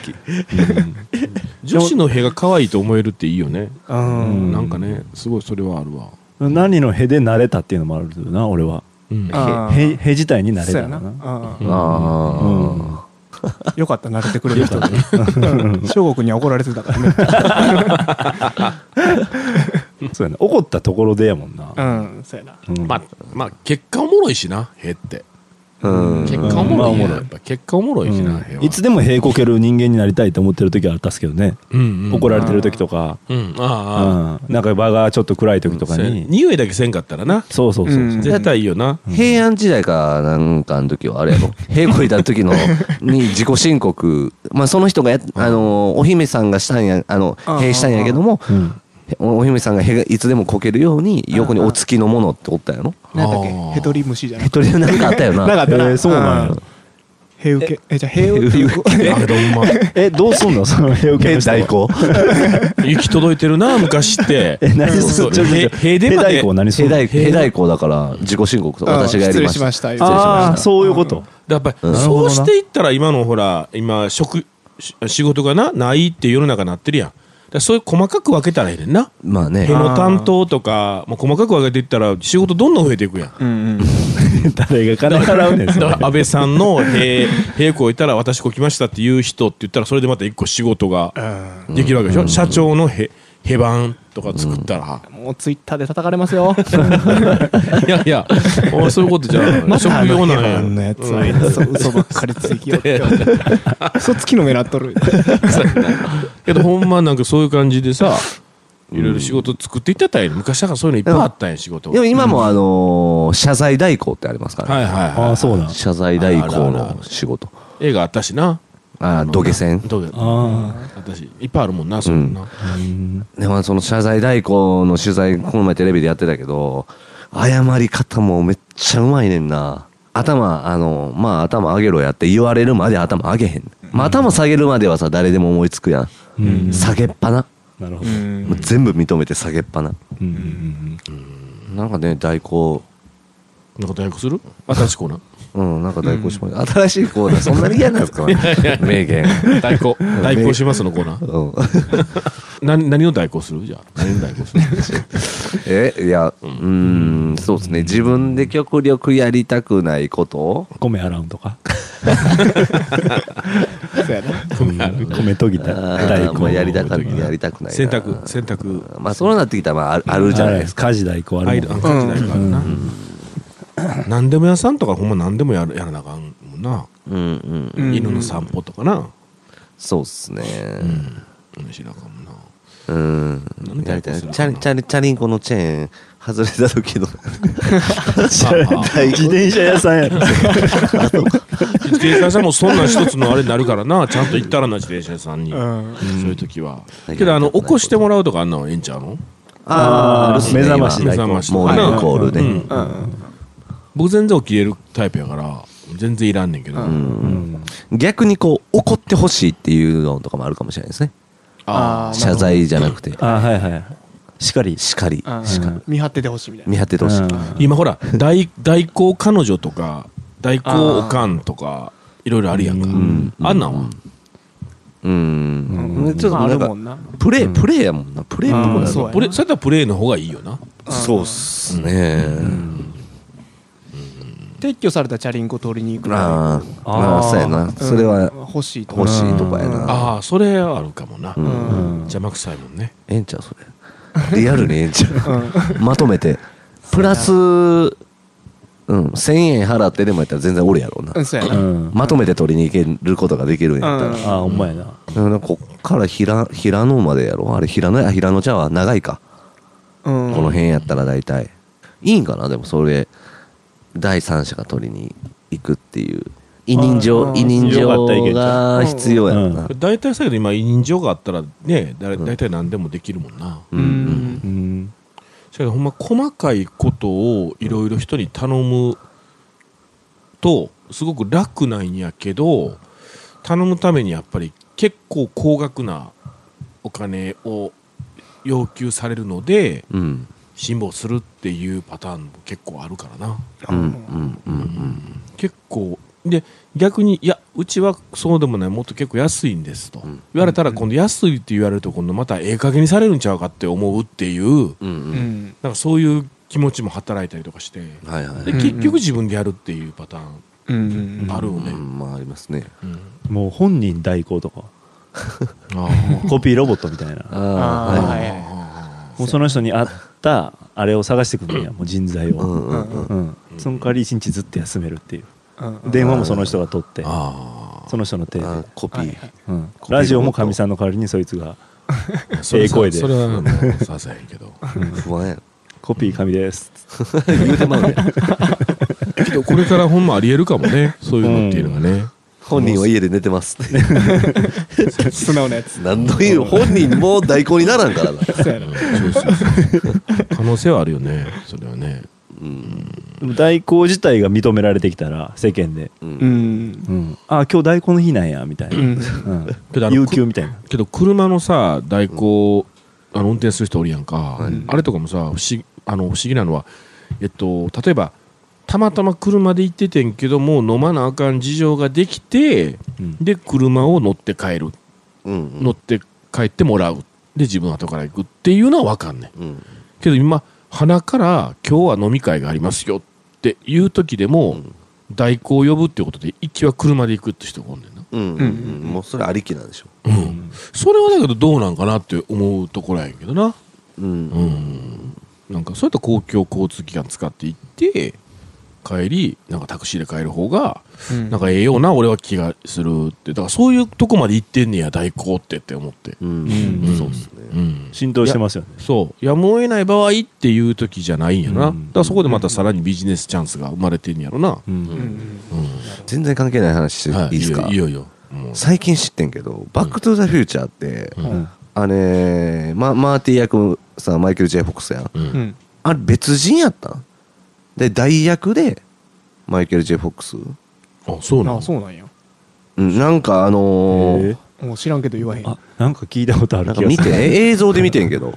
A: 壁
B: 女子の屁が可愛いと思えるっていいよね、
D: うん
C: ん
B: なんかねすごいそれはあるわ
C: 何のへで慣れたっていうのもあるな俺は
B: うん
D: あー
C: へへ自体になれ
D: そう
C: た
D: や
C: ら
D: な。
C: な
D: う
B: うんん
A: ああ、
D: よかった、慣れてくれる人で。翔吾君には怒られてたからね。
C: そうやな怒ったところでやもんな
D: うん、そうやな。
C: うん
B: まあ、まあ、結果おもろいしな、へって。
A: うん
B: 結果おもろいんや
C: まあおもろい
B: やっぱ結果おもろいしな、へ
C: う
B: は
C: んいつでも塀こける人間になりたいと思ってる時はあったっすけどね
B: うんうん
C: 怒られてる時とか
B: うん、
C: う
B: ああああ。
C: んなんか場がちょっと暗い時とか
B: そうやね
C: に
B: 匂いだけせんかったらな。
C: そうそうそうそう
D: うん
B: 絶対いいよな。
A: 平安時代かなんかの時はあ れやろ平行いた時のに自己申告まあその人がやあのお姫さんがしたんやあの
D: ああ
A: 兵したんやけども
C: うん
A: おお姫さんがへいつでもこけるように横にお付きのものっておったん やろ
D: なんだっけ
B: あー
D: ヘトリムシじゃな
A: え
D: くて。
A: とりあえずなんかあったよ
D: な か
A: な
D: った
C: え
D: な。
C: ーそうなんや
D: んへうけ。え、じゃあ、へうっていう。
B: あれだ、ほんま。
C: えどうすんのその塀受けの人は
B: 行き届いてる な、昔って。
C: え何
B: そう
C: ち
B: そ
C: ょ
B: う。
C: ちょち
B: へ
C: ょ
B: へで
C: 兵
B: ま
C: 太
B: で
C: 鼓。何す
A: 兵
C: るの
A: 大兵大公だから自己申告と
D: うん
A: 私がやりました
D: 失礼しました
A: 失
C: ああ
A: 礼
C: ー
A: しました
C: そういうこと
B: だからやっぱ
A: うん
B: りそうしていったら今のほら今職し仕事がなないって世の中なってるやんだからそういう細かく分けたらええねんな
A: まあ
B: へ
A: ね
B: の担当とかもう細かく分けていったら仕事どんどん増えていくやん
D: うんうん。
C: 誰が金払うね ん
B: だ
C: そ
B: か
C: れ
B: ら安倍さんの「へえこいたら私こう来ました」っていう人って言ったらそれでまた一個仕事ができるわけでしょ社長のへへ番とか作ったら
D: もうツイッターで叩かれますよ。
B: いやいやお そういうことじゃ
D: ま
B: ん職
D: たあの
B: 業
D: ヘ
B: な
D: バン
B: ん
D: の
B: や
D: やつは嘘嘘ばっかりついきよって。嘘つきの目なっとる。
B: けどほんまなんかそういう感じでさいろいろ仕事作っていってたやん昔だからそういうのいっぱいあったんや仕事
A: でも今もあのー謝罪代行ってありますから
B: はい
A: ね
B: はい
C: あ
B: は
C: あ
B: い
C: そうなんあ
A: 謝罪代行の仕事
B: 映画あったしな
A: ああ土下線
B: どうだ
C: あ
B: 私いっぱいあるもんなそういうのな
A: でもその謝罪代行の取材この前テレビでやってたけど謝り方もめっちゃうまいねんな頭あのまあ頭上げろやって言われるまで頭上げへん、まあ、頭下げるまではさ誰でも思いつくやん、下げっぱな、
C: なるほ
D: う
C: どうん
D: ん
A: もう全部認めて下げっぱな
C: うんうん
A: なんかね代行
B: なんか大学する私こうな
A: うんなんか代行しま新しいコーナーそんなに嫌なんです か名言
B: 代行代行しますのコーナー
A: うん
B: な 何の代行するじゃあ何の代行する
A: えいやうーんそうですね自分で極力やりたくないことを
C: 米洗うんとか
D: そうやな。
C: 米研ぎた大
A: あーまあ
C: 根
A: やりたくやりたくないな
B: 洗濯洗濯
A: まあそうなってきたらまああるあるじゃないですか
C: 家事代行あ
B: アイ
C: る
B: ド
C: も
B: あ
C: ん
B: 家事代行あるな何でも屋さんとかほんま何でもやるやらなあかんもんな
A: うんうん
D: うん
B: 犬の散歩とかな
A: そうっすね
B: うんしなあかんもん
A: う
B: な
A: ん
B: 何
A: やりたい
B: どうするか
A: チャ
B: な
A: リチャリチャリンコのチェーン外れた時の
C: 自転車屋さん やろ
B: 自転車屋さんもそんなん一つのあれになるからなちゃんと行ったらな自転車屋さんに
D: うん。
B: そういう時はけどあの起こしてもらうとかあんなのええんちゃうの
C: あー
A: るっすね
C: 目覚まし
A: 今
B: 目覚まし
A: モーニングコール
B: う
A: ね
B: ん僕全然起きれるタイプやから全然いらんねんけど
A: 逆にこう怒ってほしいっていうのとかもあるかもしれないですね
B: あ
D: あー
A: 謝。罪じゃなくて
C: あはいはいしっかり
A: 叱り
D: なるほどうん
A: 叱り
D: 見張っててほしいみたいな
A: 見。張っててほしい
C: うん
B: 今ほら代代行彼女とか代行おかんとかいろいろあるやんか
A: ん
B: あんなんは
A: うんちょっ
D: まあ
A: とな
D: ある
A: ん
D: も
A: か
D: んな。
A: プレープレーやもんなプレーっぽくな
D: あー
A: る
D: そうやな
B: プレそうやったらプレーの方がいいよな
A: そうっすね
D: 撤去されたチャリンコ取りに行くから
A: あーまあそうやなそれは
D: うん欲しいと
A: 欲しいとかやな
B: ああそれあるかもな
D: うん
B: 邪魔くさいもんね
A: ええんちゃうそれリアルにええんちゃうまとめてプラスうん1000円払ってでもやったら全然おるやろうな
D: うん、そうや
C: う
D: な。
C: ん
A: まとめて取りに行けることができるんやったら
C: あほんまやな
A: だからこっから平平野までやろあれ平野や平野茶は長いか
D: うん。
A: この辺やったら大体いいんかなでもそれ第三者が取りに行くっていう委任
D: あ
A: 状
D: ー
A: 委任状が
D: うん
A: 必要やろな
B: 大体さけど今委任状があったらねだい大体何でもできるもんな
A: う
D: うんん
C: う。ん
B: しかしほんま細かいことをいろいろ人に頼むとすごく楽なんやけど頼むためにやっぱり結構高額なお金を要求されるので
A: うんうん
B: 辛抱するっていうパターンも結構あるからな
A: うんうんうん
B: 結構で逆にいやうちはそうでもないもっと結構安いんですと、
A: ん
B: 言われたら今度安いって言われると今度またええ加減にされるんちゃうかって思うっていう
A: うんうん
D: うん。
B: なんかそういう気持ちも働いたりとかして
A: はいはい
B: で
D: うん
B: 結局自分でやるっていうパターン
D: うん
B: あるよ
A: う
B: ね、
A: んまあありますね
B: うん
C: もう本人代行とか
B: あー
C: コピーロボットみたいな
D: あー
A: あ
D: はい
C: もうその人に合ったあれを探してくるんやもう人
A: あは
C: 材
A: いうん
C: を、
A: うんうん
C: うん、その代わり一日ずっと休めるっていう
D: うん
C: 電話もその人が取って
B: あ
C: その人の手で、
A: あコピ
D: はい
A: ー
D: はい
C: うん、ラジオもかみさんの代わりにそいつが
B: ーそれ
C: ええ声で
B: それはもうさせへんけど
A: 不安や
C: コピー紙です
A: 言うてまう やん
B: けどこれからほんまありえるかもねそういうのっていうのはね、
A: 本人は家で寝てますって
D: 素直なやつ
A: 何度言う本人も代行にならんから な
D: そうやな
B: うんそうそうそう可能性はあるよねそれはね
C: でも代行自体が認められてきたら世間で、
A: う
D: うんん
C: うん、ああ今日代行の日なんやみたいな、
D: うん
C: うん
B: けどあの
C: 有給みたいな
B: けど車のさ代行、あの運転する人おるやんか、
D: い
B: あれとかもさ不思議あの不思議なのは、えっと、例えばたまたま車で行っててんけどもう飲まなあかん事情ができて
C: うん
B: で車を乗って帰る
A: うん
B: 乗って帰ってもらうで自分後から行くっていうのは分かんねん
A: うん
B: けど今鼻から今日は飲み会がありますよっていう時でも、
A: うん
B: 代行を呼ぶってことで行きは車で行くって人がおんねんな
A: うんうんうんもうそれありきなんでしょ
B: うん、それはだけどどうなんかなって思うところやけどな、
A: うん
B: うんなんかそういった公共交通機関使っていって帰りなんかタクシーで帰る方が
D: うん
B: なんかええような俺は気がするってだからそういうとこまで行ってんねや代行ってって思って、
A: うん
C: うん
A: そうですね
B: うん
C: 浸透してますよね
B: そうやむを得ない場合っていう時じゃないんやな、
C: うん
B: だからそこでまたさらにビジネスチャンスが生まれてんやろな、
C: う
D: うん
C: ん
D: うん
A: 全然関係ない話し
B: は
A: ていいですか
B: いよいよいよもう
A: 最近知ってんけど「バック・トゥ・ザ・フューチャー」って
B: うん
C: うん
A: あれまマーティ役さマイケル・ J ・フォックスやん
B: うん
D: うん
A: あれ別人やったんで代役でマイケル・ J ・フォックス
B: あそうな
D: あ
B: の
D: あそうなんや
A: うんなんかあのー
C: へえ
D: もう知らんけど言わへん
C: あなんか聞いたことあ
A: な
C: る
A: んか
C: 気が
A: 見
C: す
A: て
C: る
A: え映像で見てんけど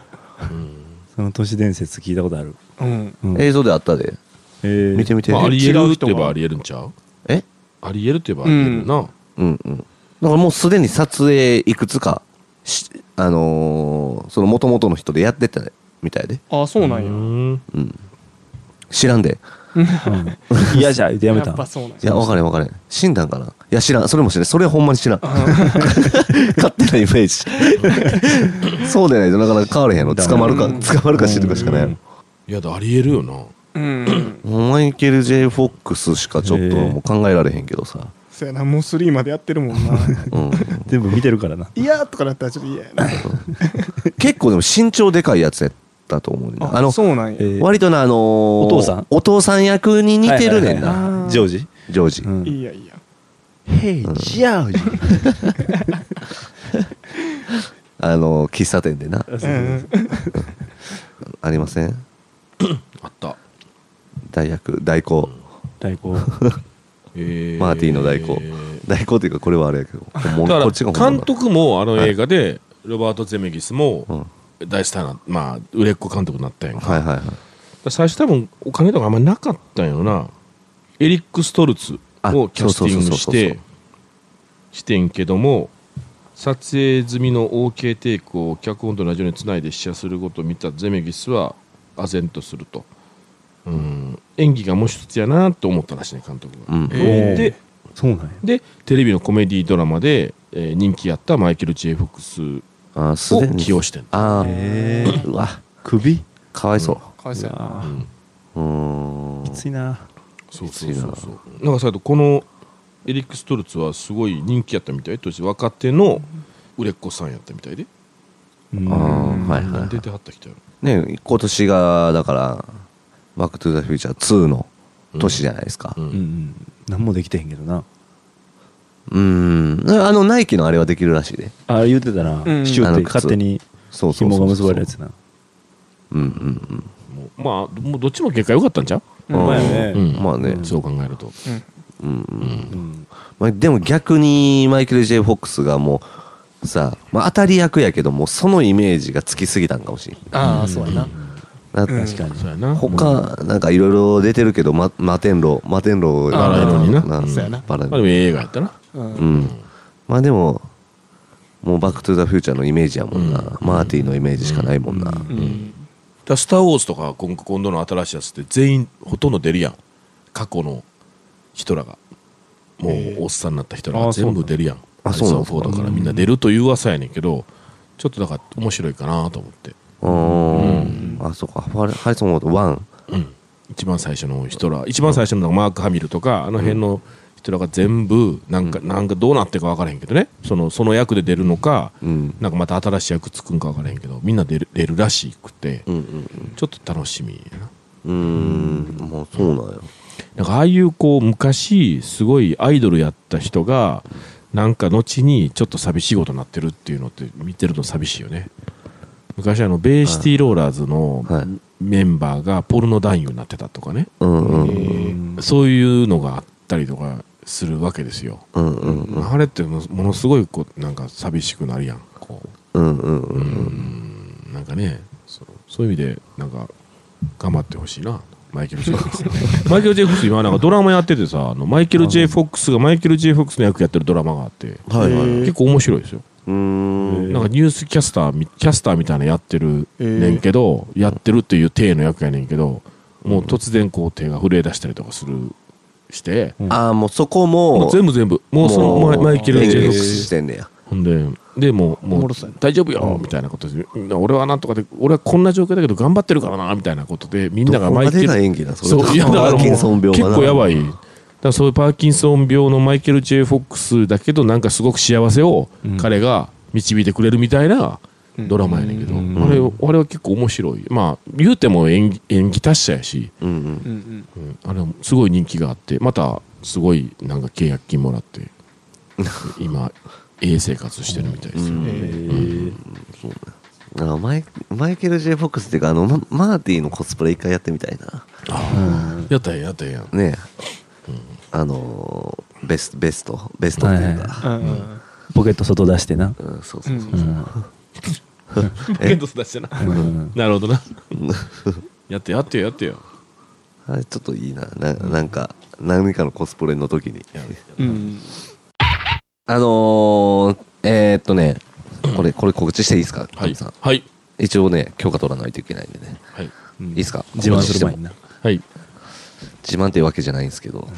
B: うん
C: その都市伝説聞いたことある、
D: うん
C: うん
A: 映像であったで
C: えー
A: 見てみて
B: まあ、あり
D: 違
B: える
D: う
B: って
D: 人が
B: 言えばありえるんちゃう
A: え
B: ありえるって言えばありえるな、
A: うんうんだからもうすでに撮影いくつかしあのーその元々の人でやってたみたいで
D: ああそうなんや
B: うん
A: うん知らんで
C: うん嫌じゃ言うてやめた
D: っぱそうなん
A: いや分かれん分かれん死んだんかないや知らんそれも知らんそれはほんまに知らん 勝手なイメージ そうでないとなかなか変われへんの捕まるか
D: うん
A: 捕まるか死ぬかしかないやろ
B: いやだありえるよな
D: うん
A: マイケル・ J ・フォックスしかちょっともう考えられへんけどさ、
D: そうやなもう3までやってるもんな
A: うん、
C: 全部見てるからない
D: やーとかだったらちょっと嫌やな
A: 結構でも身長でかいやつやったと思うねんなあの
D: そうなんや
C: えー
A: 割となあのー
C: お父さん
A: お父さん役に似てるねん
C: はいはいはい
A: な
C: はいジョージ
A: ジョージ、
C: うん
D: いいやいいや
C: ヘイジョージ
A: あのー喫茶店でな
D: うん
A: ありません
B: あった
A: 代役代行
C: 代行
B: え
A: マーティの代行代行というかこれはあれやけども
B: だ
A: う
B: か
A: こっちが
B: ら
A: 本物
B: 監督もあの映画でロバート・ゼメギス
A: う
B: も
A: ん
B: 大スターなまあ売れっ子監督になったやんか
A: はいはいはい
B: だから最初多分お金とかあんまりなかったんよなエリック・ストルツをキャスティ
A: あそうそ
B: ングし
A: うそうそうそう
B: てしてんけども撮影済みの OK テイクを脚本とラジオにつないで試写することを見たゼメギスは唖然とするとうん演技がもう一つやなと思ったらしいね監督が、
A: うん
B: えーで
C: そうなんや
B: でテレビのコメディドラマで、えー人気やったマイケル・ J ・フォックス
A: あーすで
B: を
A: に
B: 起用してんの
A: ああ
C: えー
A: うわ
C: 首
A: かわいそ
D: かわいそうや
C: あ
B: う
A: ううー
B: ん
A: ん
C: きついな
B: そうそうそうそうなんかさこのエリック・ストルツはすごい人気やったみたいとして若手の売れっ子さんやったみたいで
C: うん
A: あーはいはい、は
B: 出てはった人やろ
A: い、ね今年がだから「バック・トゥ・ザ・フューチャー2」の年じゃないですか
B: う
C: うんん何もできてへんけどな
A: うんあのナイキのあれはできるらしいで
C: あれ言ってたな
D: うん
C: シチュー
A: あ
C: っ
A: の
C: て
A: 靴
C: 勝手に
A: そうそうそう
C: 紐が結ばれるやつな
A: うんうん
B: もうまあもうどっちも結果良かったんちゃう、
A: うん
C: まあね
B: うん
A: まあね、
C: うん
B: そう考えると
D: う
C: う
D: ん
C: ん
A: まあ、でも逆にマイケル・ J ・フォックスがもうさ、まあ、当たり役やけどもそのイメージがつきすぎたんかもしれ
D: ああそうやな
A: ない、
D: うん
A: な
C: 確かに
B: そうやな
A: 他なんかいろいろ出てるけど、ま、摩天楼摩天楼
D: バラ色に
B: な
A: な
D: そうやな
A: バラ
B: まあでもええ映画やったな
D: うん
A: うんまあでももうバック・トゥ・ザ・フューチャーのイメージやもんな、マーティのイメージしかないもんな、
D: うん
B: らスター・ウォーズとか今今度の新しいやつって全員ほとんど出るやん過去の人らがもうおっさんになった人ら
C: あ
B: が
C: ーそう
B: 全
C: なんだ
B: 部出るやん
A: あそうなんです
B: フ
A: か
B: ォードからみんな出るという噂やねんけどちょっとだから面白いかなと思って、
A: うんあそうかハリハリソン・フォードワン
B: うん、一番最初の人ら一番最初のマーク・ハミルとかあの辺の人らが全部なんか,、なんかどうなってるか分からへんけどねそのその役で出るのか、
A: うん
B: なんかまた新しい役作るんか分からへんけどみんな出る出るらしくて、
A: うんうん
B: ちょっと楽しみやな
A: うんうーんもうそうなんや
B: なんかああいうこう昔すごいアイドルやった人がなんか後にちょっと寂しいことになってるっていうのって見てると寂しいよね昔あのベイシティローラーズの
A: はい
B: メンバーがポルノ男優になってたとかね
A: うんうん
B: そういうのがあったりとかするわけですよ
A: うんうん
B: あれってもものすごいこうなんか寂しくなるやんこ
A: うんうんう
B: ううんんなんかねそうそういう意味でなんか頑張ってほしいなマイケル・ジェイフォックス マイケル・ジェイフォックス今なんかドラマやっててさあのマイケル・ジェイフォックスがマイケル・ジェイフォックスの役やってるドラマがあって
A: はいはい
B: 結構面白いですよ
A: うーん
B: なんかニュースキャスターみキャスターみたいなのやってるねんけどやってるっていう体の役やねんけどもう突然こう手が震え出したりとかするして
A: ああもうそこ
B: も
A: も
B: う全部全部もうそのマイマイケル・
A: 演
B: ジェイフォッ
A: 劇
B: クス
A: してんねや
B: ほんで、でもう、
D: お
B: も
D: も
B: う
D: ろそうやな
B: 大丈夫よみたいなことで、うん俺はなんとかで、俺はこんな状況だけど頑張ってるからなみたいなことで、みんなが
A: どこ
B: マ
A: ま
B: イケ
A: で
B: ル、
A: が演技だそれ
B: そう、いやだから
A: パ
B: もう
A: ーキンソン病
B: 結
A: がな
B: 構やばい。だからそういうパーキンソン病のマイケル・ジェイ・フォックスだけど、なんかすごく幸せを
C: うん
B: 彼が導いてくれるみたいなドラマやねんけど、
C: うん
B: あれあれは結構面白い。まあ、言うても演技演技達者やし、
A: うんうん
D: うん
B: うんあれはすごい人気があって、またすごいなんか契約金もら って、今、ええ生活してるみたいですよ。
A: うん
D: うん
A: なんかマイマイケル・ J ・フォックスっていうかあのママーティのコスプレ一回やってみたいな
B: やったらええやったらええやん。
A: ねあのーベストベストベストっていう
C: は
A: か、
D: うんうん
C: ポケット外出してな。
A: うん、そうそうそう、
C: うん
B: ケントス出してな。
C: うん
B: なるほ どな。やってやってよやってよ。
A: あれちょっといいなななんか何かのコスプレの時に
D: うん
A: あのー、えー、っとねこれこれ告知していいですか、
B: はい。
A: 神さん
B: はい。
A: 一応ね許可取らないといけないんでね
B: はい。
A: いいですか
C: 自慢する前にな。
B: はい。
A: 自慢っていうわけじゃないんですけど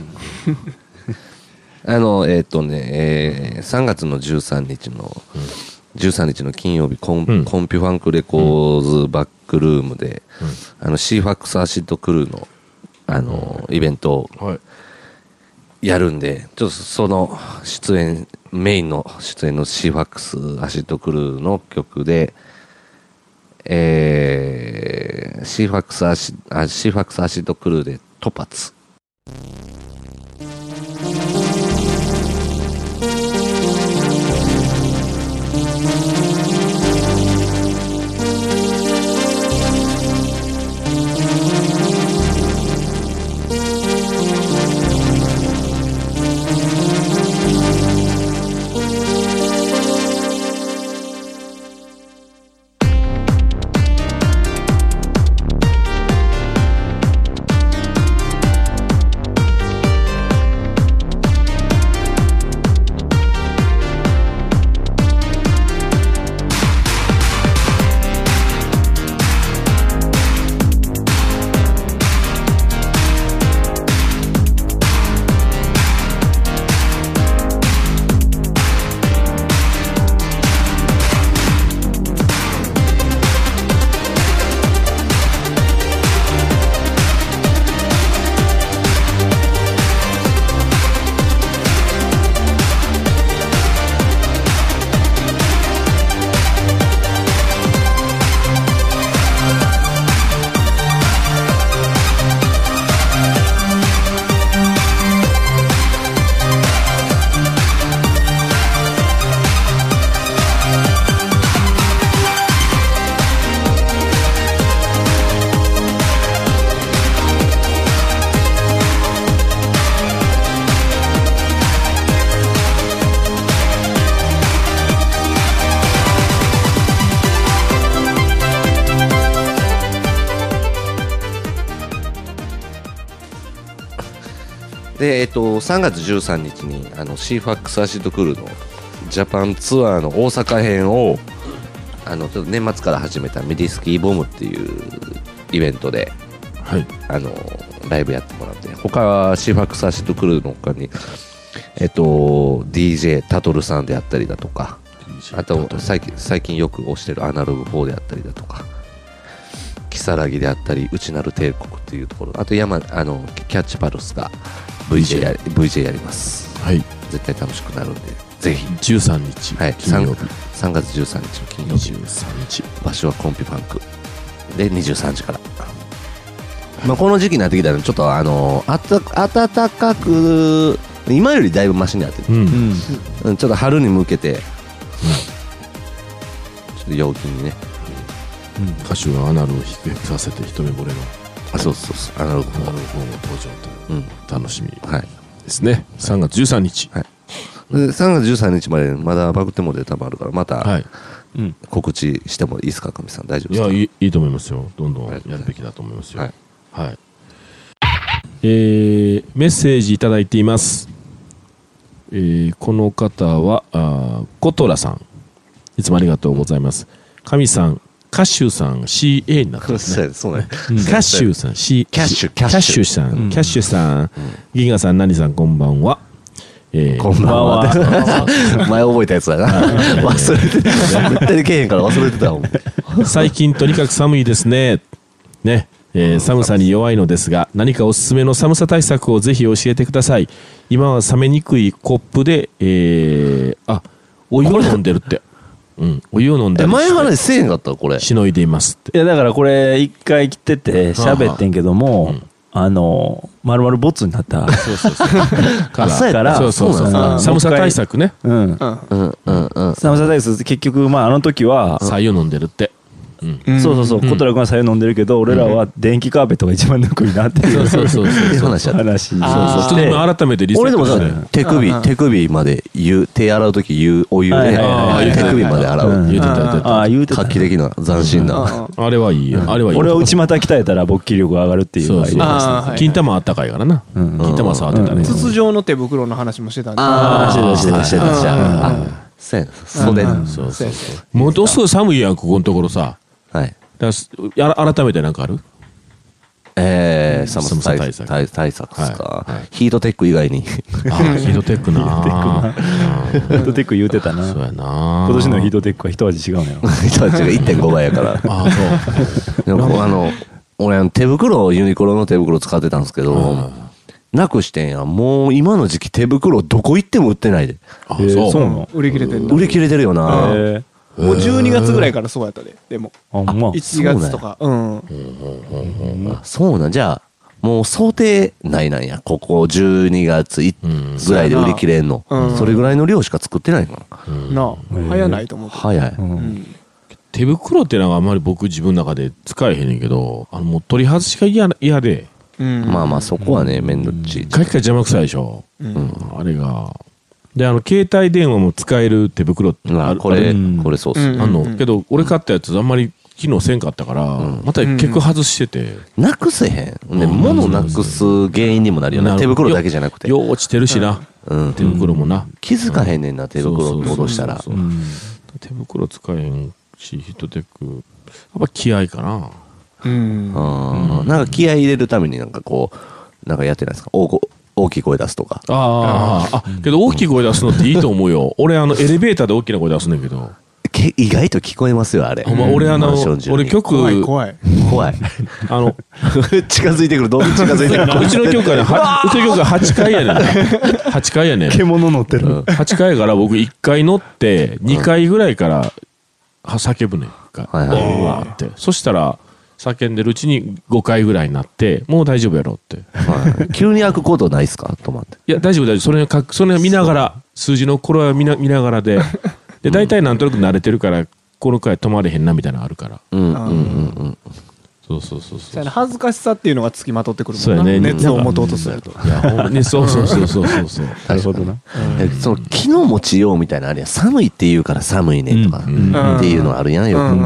A: あのえーっとね、えー3月の13日の、13日の金曜日コン,、
B: うん
A: コンピュファンクレコーズバックルームで、あのシーファックスアシッドクルーのあのイベントを
B: はい。
A: やるんでちょっとその出演メインの出演のシーファックスアシッドクルーの曲でえー、シーファックスアシあシーファックスアシッドクルーでトパツで、えっと、3月13日にあの c ファックスアシッドクルーのジャパンツアーの大阪編をあのちょっと年末から始めたミディスキーボムっていうイベントで
B: はい。
A: あのライブやってもらって他はシファクサシとクルーの他にえっと DJ タトルさんであったりだとかあと最近最近よく推してるアナログ4であったりだとか如月であったり内なる帝国っていうところあと山あのキャッチパルスが VJ や VJ やります
B: はい。
A: 絶対楽しくなるんでぜひ、
B: 13日、
A: はい、
B: 金曜日
A: 3, 3月13日の金曜日
B: 23日
A: 場所はコンピファンクで23時から、まあ、この時期になってきたらちょっとあのあた暖かく今よりだいぶマシになってる
B: う、ん、
C: うん
A: うん、ちょっと春に向けて、ちょっと陽気にね
B: 歌手はアナルを低くさせて一目惚れの
A: あそうそうそうアナログ
B: アナ
A: も
B: ルフォーム登場
A: うん
B: という楽しみ
A: はい
B: ですね3月13日
A: で3月13日までまだバグってもデータもあるからま
B: は
A: た
B: い
C: うん
A: 告知してもいいですかかみさん大丈夫
B: い
A: です
B: や
A: か
B: いいいいと思いますよどんどん
A: あ
B: や
A: りがとうございます
B: るべきだと思いますよ
A: はい
B: はい、えーメッセージいただいています、えーこの方はあーコトラさんいつもありがとうございます神さんカッシュさん CA になってますね
A: そうそうね
B: キャッシュさん、シ
A: キャッシュ
B: キ
A: キ
B: ャ
A: ャ
B: ッ
A: ッシュ
B: シュさん、
C: うん
B: キャッシュさん、ギガさん、ナニさん、こんばんは。えー
A: こんばんは。前覚えたやつだな 忘れて絶対けえへんから忘れてたもん
B: 最近とにかく寒いですね。ね、えー寒さに弱いのですが、何かおすすめの寒さ対策をぜひ教えてください。今は冷めにくいコップで、えーあ、お湯を飲んでるって。うん、お湯を飲んで
A: え
B: る。
A: 前話せえへんかったこれ
B: しのいでいますって。
C: いやだからこれ一回来てて喋ってんけども、
B: はあうん
C: あの丸々ボツになった
B: そうそうそう。
C: あそうやった
B: そうそうそう
C: そうなんだ
B: 寒さ対策ね。
C: うん
A: うんうんうん
C: 寒さ対策結局まああの時は、
B: 白湯飲んでるって。うん。
C: そうそうそう小寺君は白湯飲んでるけど俺らは電気カーペットが一番ぬくいなってい
B: そううそうそうそう。
A: って話やった
C: 話を
D: あー
B: ち
C: し
B: ょっと
C: て
B: 今改めてリセ
A: 俺で
B: ッ
A: も
B: ト
A: さ
B: して、
A: 手首手首まで湯手洗う時湯お湯
C: はい
A: で
C: はい
B: はい
A: 手首まで洗
C: うん
A: う
B: 言うてた言うてた
C: ああ言うてた
A: 画期的な斬新な
B: あれはいいよあれはいいよ
C: 俺は内股鍛えたら勃起力が上がるっていう
B: そう
C: アイデ
B: そう
C: ア
D: あーはいはい
B: 金玉あったかいからな
C: うん
B: 金玉触ってたね
D: 筒状の手袋の話もしてたんで
A: あ
C: ーしてたしてた
A: して
D: うん
A: たあそうやな袖な
B: そうそう
D: そ
B: そうものすごい寒いやんここのところさ
A: はい
B: だからあら改めてなんかある
A: えー、寒さ
B: 寒
A: 対
B: さ対策
A: 策対対策ですか、
B: はいはい
A: ヒートテック以外に
B: あーヒートテックな
C: ヒートテック言うて
B: う
C: た
B: ん
C: な
B: そう
C: 今
B: やな
C: 年のヒートテックは一味違うのよ
A: 人たちが1.5倍やから
B: ああそう
A: でもこうあの俺あの手袋をユニクロの手袋使ってたんですけど
B: あ
A: なくしてんやもう今の時期手袋どこ行っても売ってないで
B: あ
C: え
B: そ
C: ー
B: う
C: そうなの
D: 売り切れてんだ
A: 売り切れてるよな、
C: え
D: もう12月ぐらいからそうやったででも
C: ーあまあ
D: 1月とかうん
A: あそうなんじゃあもう想定内なんやここ12月い
B: うん
A: ぐらいで売り切れんの、
D: うん
A: それぐらいの量しか作ってないのかな、
D: なあ早ないと思うけど
A: 早い、
C: う
D: うんん
B: 手袋ってのがあんまり僕自分の中で使えへんねんけどあのもう取り外しが嫌な嫌で
D: うん
A: まあまあそこはね面倒っちい、
B: カキカキ邪魔くさいでしょ
D: うん
B: あれがであの携帯電話も使える手袋って
A: ま
B: あ
A: あ
B: る
A: これ、
C: うん
A: これそうっすね、
D: うん
B: あんのけど俺買ったやつあんまり機能せんかったから、また結局外してて、
A: なくせへん。ね、
B: うん
A: 物なくす原因にもなるよね。
B: なる
A: 手袋だけじゃなくて。
B: よう落ちてるしな、
A: うん。
B: 手袋もな、
A: 気づかへんねんな、手袋
B: そう
A: 戻
B: そうそう
A: したら
B: そ。う手袋使えへんしヒットテックやっぱ気合かな
D: うん
A: あーなんか気合い入れるためになんかこう、なんかやってないですか大ご大きい声出すとか。
B: あああけど大きい声出すのっていいと思うよ俺あのエレベーターで大きな声出すねんけど、
A: け意外と聞こえますよ、あれ。
B: ほんま俺あ
A: マ
B: の
A: ンション中に
B: 俺曲
D: 怖い怖い
A: 怖い。
B: あの
A: 近づいてくる、どんどん近づいてくる。
B: うちの教会ねはうちの教会8階やねん8階やねん
C: 獣乗ってる
B: 8階から僕1階乗って2階ぐらいからは叫ぶねん一回
A: はいはいう
B: わーってそしたら叫んでるうちに5階ぐらいになってもう大丈夫やろって
A: はい急に開くことないっすか止まって。
B: いや大丈夫大丈夫それかそれ見ながら数字の頃は見な見ながらでで大体なんとなく慣れてるからこの回止まれへんなみたいなのあるから
A: うん
D: あ
A: うん
D: ー
A: うんうん。
B: そうそうそうそ
D: そ
B: う
D: や
B: う
D: な恥ずかしさっていうのがつきまとってくる
B: そう
D: も
B: や
D: ん
B: ね
D: な熱を持とうとすると
B: いやほんまにそうそうそうそうそうそう
C: なるほどな
A: えその気の持ちようみたいなのあるやん寒いって言うから寒いねとか、
B: うん
D: うん
A: っていうのあるやんよく、
D: うんうん
B: う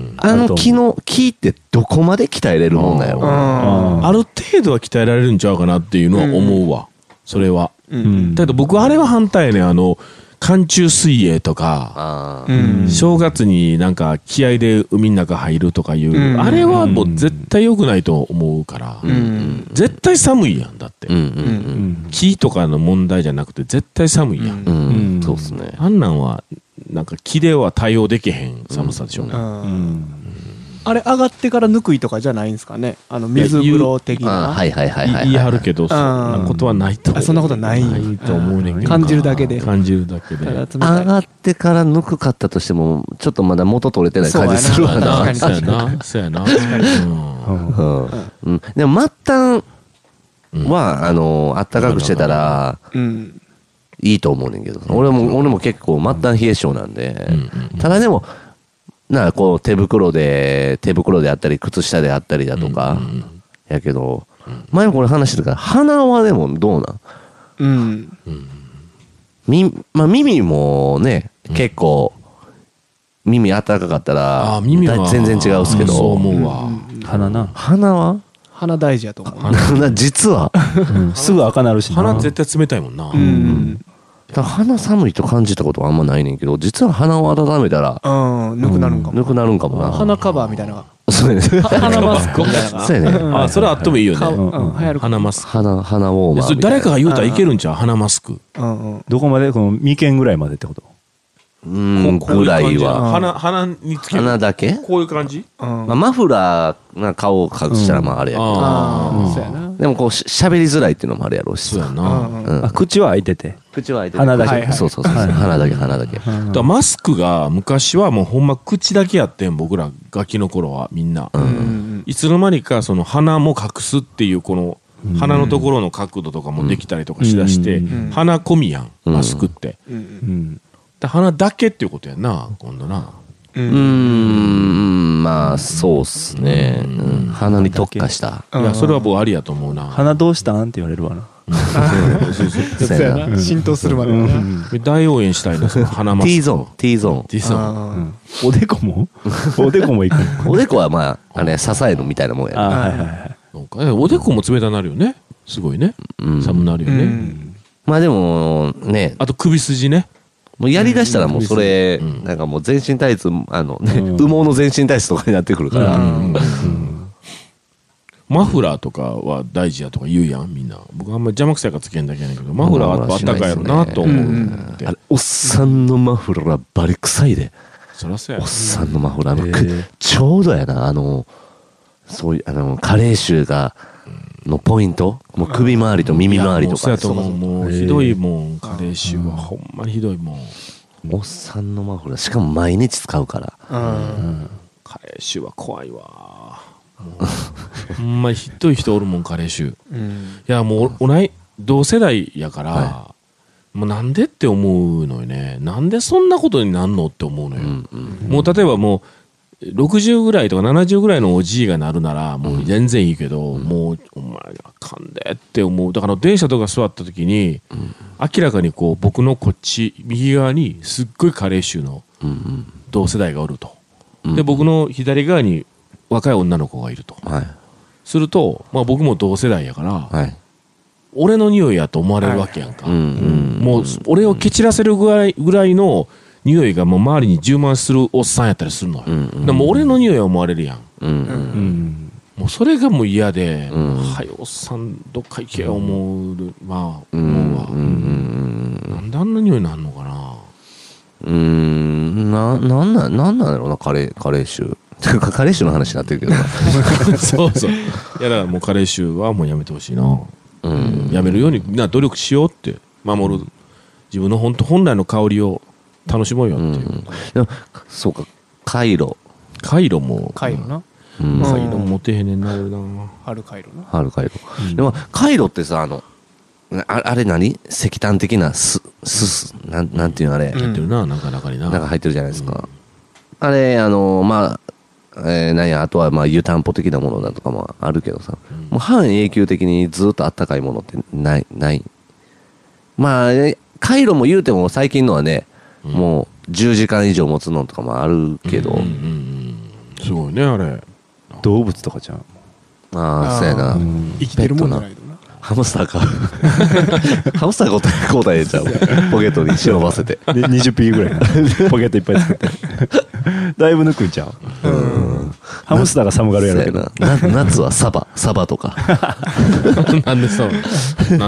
B: ん
A: あの気の気ってどこまで鍛えれるもんだよ、
D: う
A: あ
D: ん
B: ある程度は鍛えられるんちゃうかなっていうのは思うわそれは
D: う
C: うん
D: ん
B: だけど僕あれは反対やねんあの寒中水泳とか、
A: あ
D: う
A: ー
D: ん
B: 正月になんか気合で海の中入るとかいう、
D: うん
B: あれはもう絶対良くないと思うから、
D: うんうん
B: 絶対寒いやんだって、
A: うん
C: う
A: うん
C: ん
B: 木とかの問題じゃなくて絶対寒いや
A: う
B: ん、
A: んうん、
C: うん
A: そうっすね
B: あんなんはなんか木では対応できへん寒さでしょうね、
C: う
D: あ
C: ん
D: れ上がってからぬくいとかじゃないんですかねあの水風呂的
A: あー
D: な
A: はいはいはい
B: い
A: はい
B: 言い張るけど、
D: ん
B: そんなことはないと思う
D: あそんなことないんや
B: ないと思うねんけどな
D: 感じるだけで
B: 感じるだけで
D: ただ冷た
A: 上
D: い
A: がってからぬくかったとしてもちょっとまだ元取れてない感じす
D: そ
A: る
D: う
A: わ
D: や
A: な
D: な
B: そうやなそうやなうん
A: うんうん、でも末端は、あのあったかくしてたら
D: うん
A: いいと思うねんけど俺も俺も結構末端冷え性なんで、
B: うんうんうん
A: ただでもなあこう手袋で手袋であったり靴下であったりだとか、
B: うんうん
A: やけど前もこれ話してたから鼻はでもどうなん
D: うん
A: み、まあ、耳もね結構、耳暖かかったら
B: あ耳は
A: だ全然違うっすけ
B: そう
A: ど、
B: 思うわ、
C: 鼻な、
A: 鼻は
D: 鼻大事やと思う
A: な実は
C: すぐ赤なるしな
B: 鼻絶対冷たいもんな、
D: うんうん
A: だから鼻寒いと感じたことはあんまないねんけど実は鼻を温めたら
D: うんぬくなるんかも
A: ぬくなるんかもな
D: 鼻カバーみたいなのが
A: そうやね
D: 鼻マスクみたいなのが
A: そうやね
D: うん
B: あそれあってもいいよ
D: かう
B: ね
D: ん流行るか
B: 鼻マスク
A: 鼻鼻ウォー
B: え
A: マー
B: それ
A: みたいな
B: 誰かが言うたらいけるんちゃう鼻マスク
D: うんうん
C: どこまでこの眉間ぐらいまでってこと
A: うん
B: こうこう
A: ぐら
B: う感
A: い
B: じな
A: は
B: 鼻鼻につけ
A: 鼻
B: る
A: だけ、
B: こういう感じ
D: うん
A: まあ、マフラーな顔を隠したらまああれやけど、
B: ああ
D: ああそうやな
A: でもこうし喋りづらいっていうのもあるやろうし
B: そうや
A: さ、
B: な、
D: うんうん
A: うん
C: あ口は開いてて
A: 口は開いて
C: 鼻だけ
A: はいはいそうそうそうそう、鼻だけ鼻だけ、
B: だからマスクが昔はもうほんま口だけやってん僕らガキの頃はみんな、
D: うん
B: いつの間にかその鼻も隠すっていうこの鼻のところの角度とかもできたりとかしだして、
C: うん
D: うん
B: 鼻込みやん
A: うん
B: マスクって、
D: うんうん
C: うん
B: だから鼻だけっていうことやんな今度な
D: う
A: うーんまあそうっすね、うん鼻に特化した
B: いやそれは僕ありやと思うな
C: 鼻どうしたんって言われるわな
A: そうやな
D: な浸透するまではな
B: 大応援したいなその鼻マスク
A: T ゾーン T ゾーン
B: T ゾーン
D: あー
C: うんおでこもおでこもいく
A: おでこはまあ、あれ、支えるみたいなもんや
C: あ
A: な。
C: はいはいはい
B: そうかえおでこも冷たなるよねすごいね
A: うん
B: 寒なるよね、
D: うん
A: まあでも、ね、
B: あと首筋ね
A: もうやりだしたらもうそれ、
B: うん
A: なんかもう全身タイツ、あのね、
C: うん
A: 羽毛の全身タイツとかになってくるから、
B: マフラーとかは大事やとか言うやんみんな僕あんまり邪魔くさいからつけんだけやねんけどマフラーはあったかいやろなと思う、って
A: あれ、おっさんのマフラーバリ臭いで、
B: そらそうや
A: おっさんのマフラーの、
C: へえ
A: くちょうどやな、あの、そういう、あの、加齢臭が、のポイント、もう首周りと耳周りと
B: そう
A: か
B: や、と思うもうひどいもん加齢臭はほんまにひどいもん
A: おっさんのマフラー、しかも毎日使うから、
D: うん
B: 加齢臭は怖いわもうほんまにひどい人おるもん加齢臭
D: うん
B: いやもうお同い同世代やから、
A: は
B: もうなんでって思うのよねなんでそんなことになんのって思うのよ、
A: うんうん、
B: もう例えばもう60ぐらいとか70ぐらいのおじいがなるならもう全然いいけど、もうお前あかんでって思うだから電車とか座った時に、明らかにこう僕のこっち右側にすっごい加齢臭の
A: うんうん、
B: 同世代がおると、
A: うん
B: で僕の左側に若い女の子がいると、
A: はい、
B: すると、まあ、僕も同世代やから、
A: はい、
B: 俺の匂いやと思われるわけやんか、
A: うんうん、
B: もう俺を蹴散らせるぐらいぐらいの匂いがもう周りに充満するおっさんやったりするのよ、
A: うんうん
B: でもう俺の匂いは思われるやん
A: うんうん
C: うん
B: もうそれがもう嫌で、
A: うん
B: はいおっさんどっか行けよ思うまあ
A: うん
B: 思うわ、
A: うん
B: なんであんな匂いなんのかな
A: うんうんななんなんなんなんだろうなカレーカレー臭 ていうかカレー臭の話になってるけどな
B: そうそういやだからもう加齢臭はもうやめてほしいな、
A: うん
B: やめるようにみんな努力しようって守る自分の本当本来の香りを楽しもうよっていう、
A: でもそうかカイロ
B: カイロも
D: カイロな
A: うん
D: うん
B: カイロ持てへんねんな俺な
D: 春カイロな
A: あるカイロ、でもカイロってさあのなああれ何石炭的なすすすなんなんていうのあれ、
D: うん
B: やってるな、なんか中にな。
A: なんか入ってるじゃないですか、あれあのまあ、えーなんやあとはまあ湯たんぽ的なものだとかもあるけどさ、もう半永久的にずっとあったかいものってないないまあえカイロも言うても最近のはね、もう10時間以上持つのとかもあるけど、
B: うんうんうん。すごいね、あれ。
C: 動物とかじゃん
A: ああ
D: あー
A: そうやな、
D: 生きてるもんじゃないとな
A: ハムスターか ハムスターがお互い交代ちゃうポケットに忍ばせて
C: で20匹ぐらいかなポケットいっぱい作ってだいぶ抜くんちゃうハムスターが寒がるやろうけど
A: そうやなな夏はサバサバとか
B: なんでそう。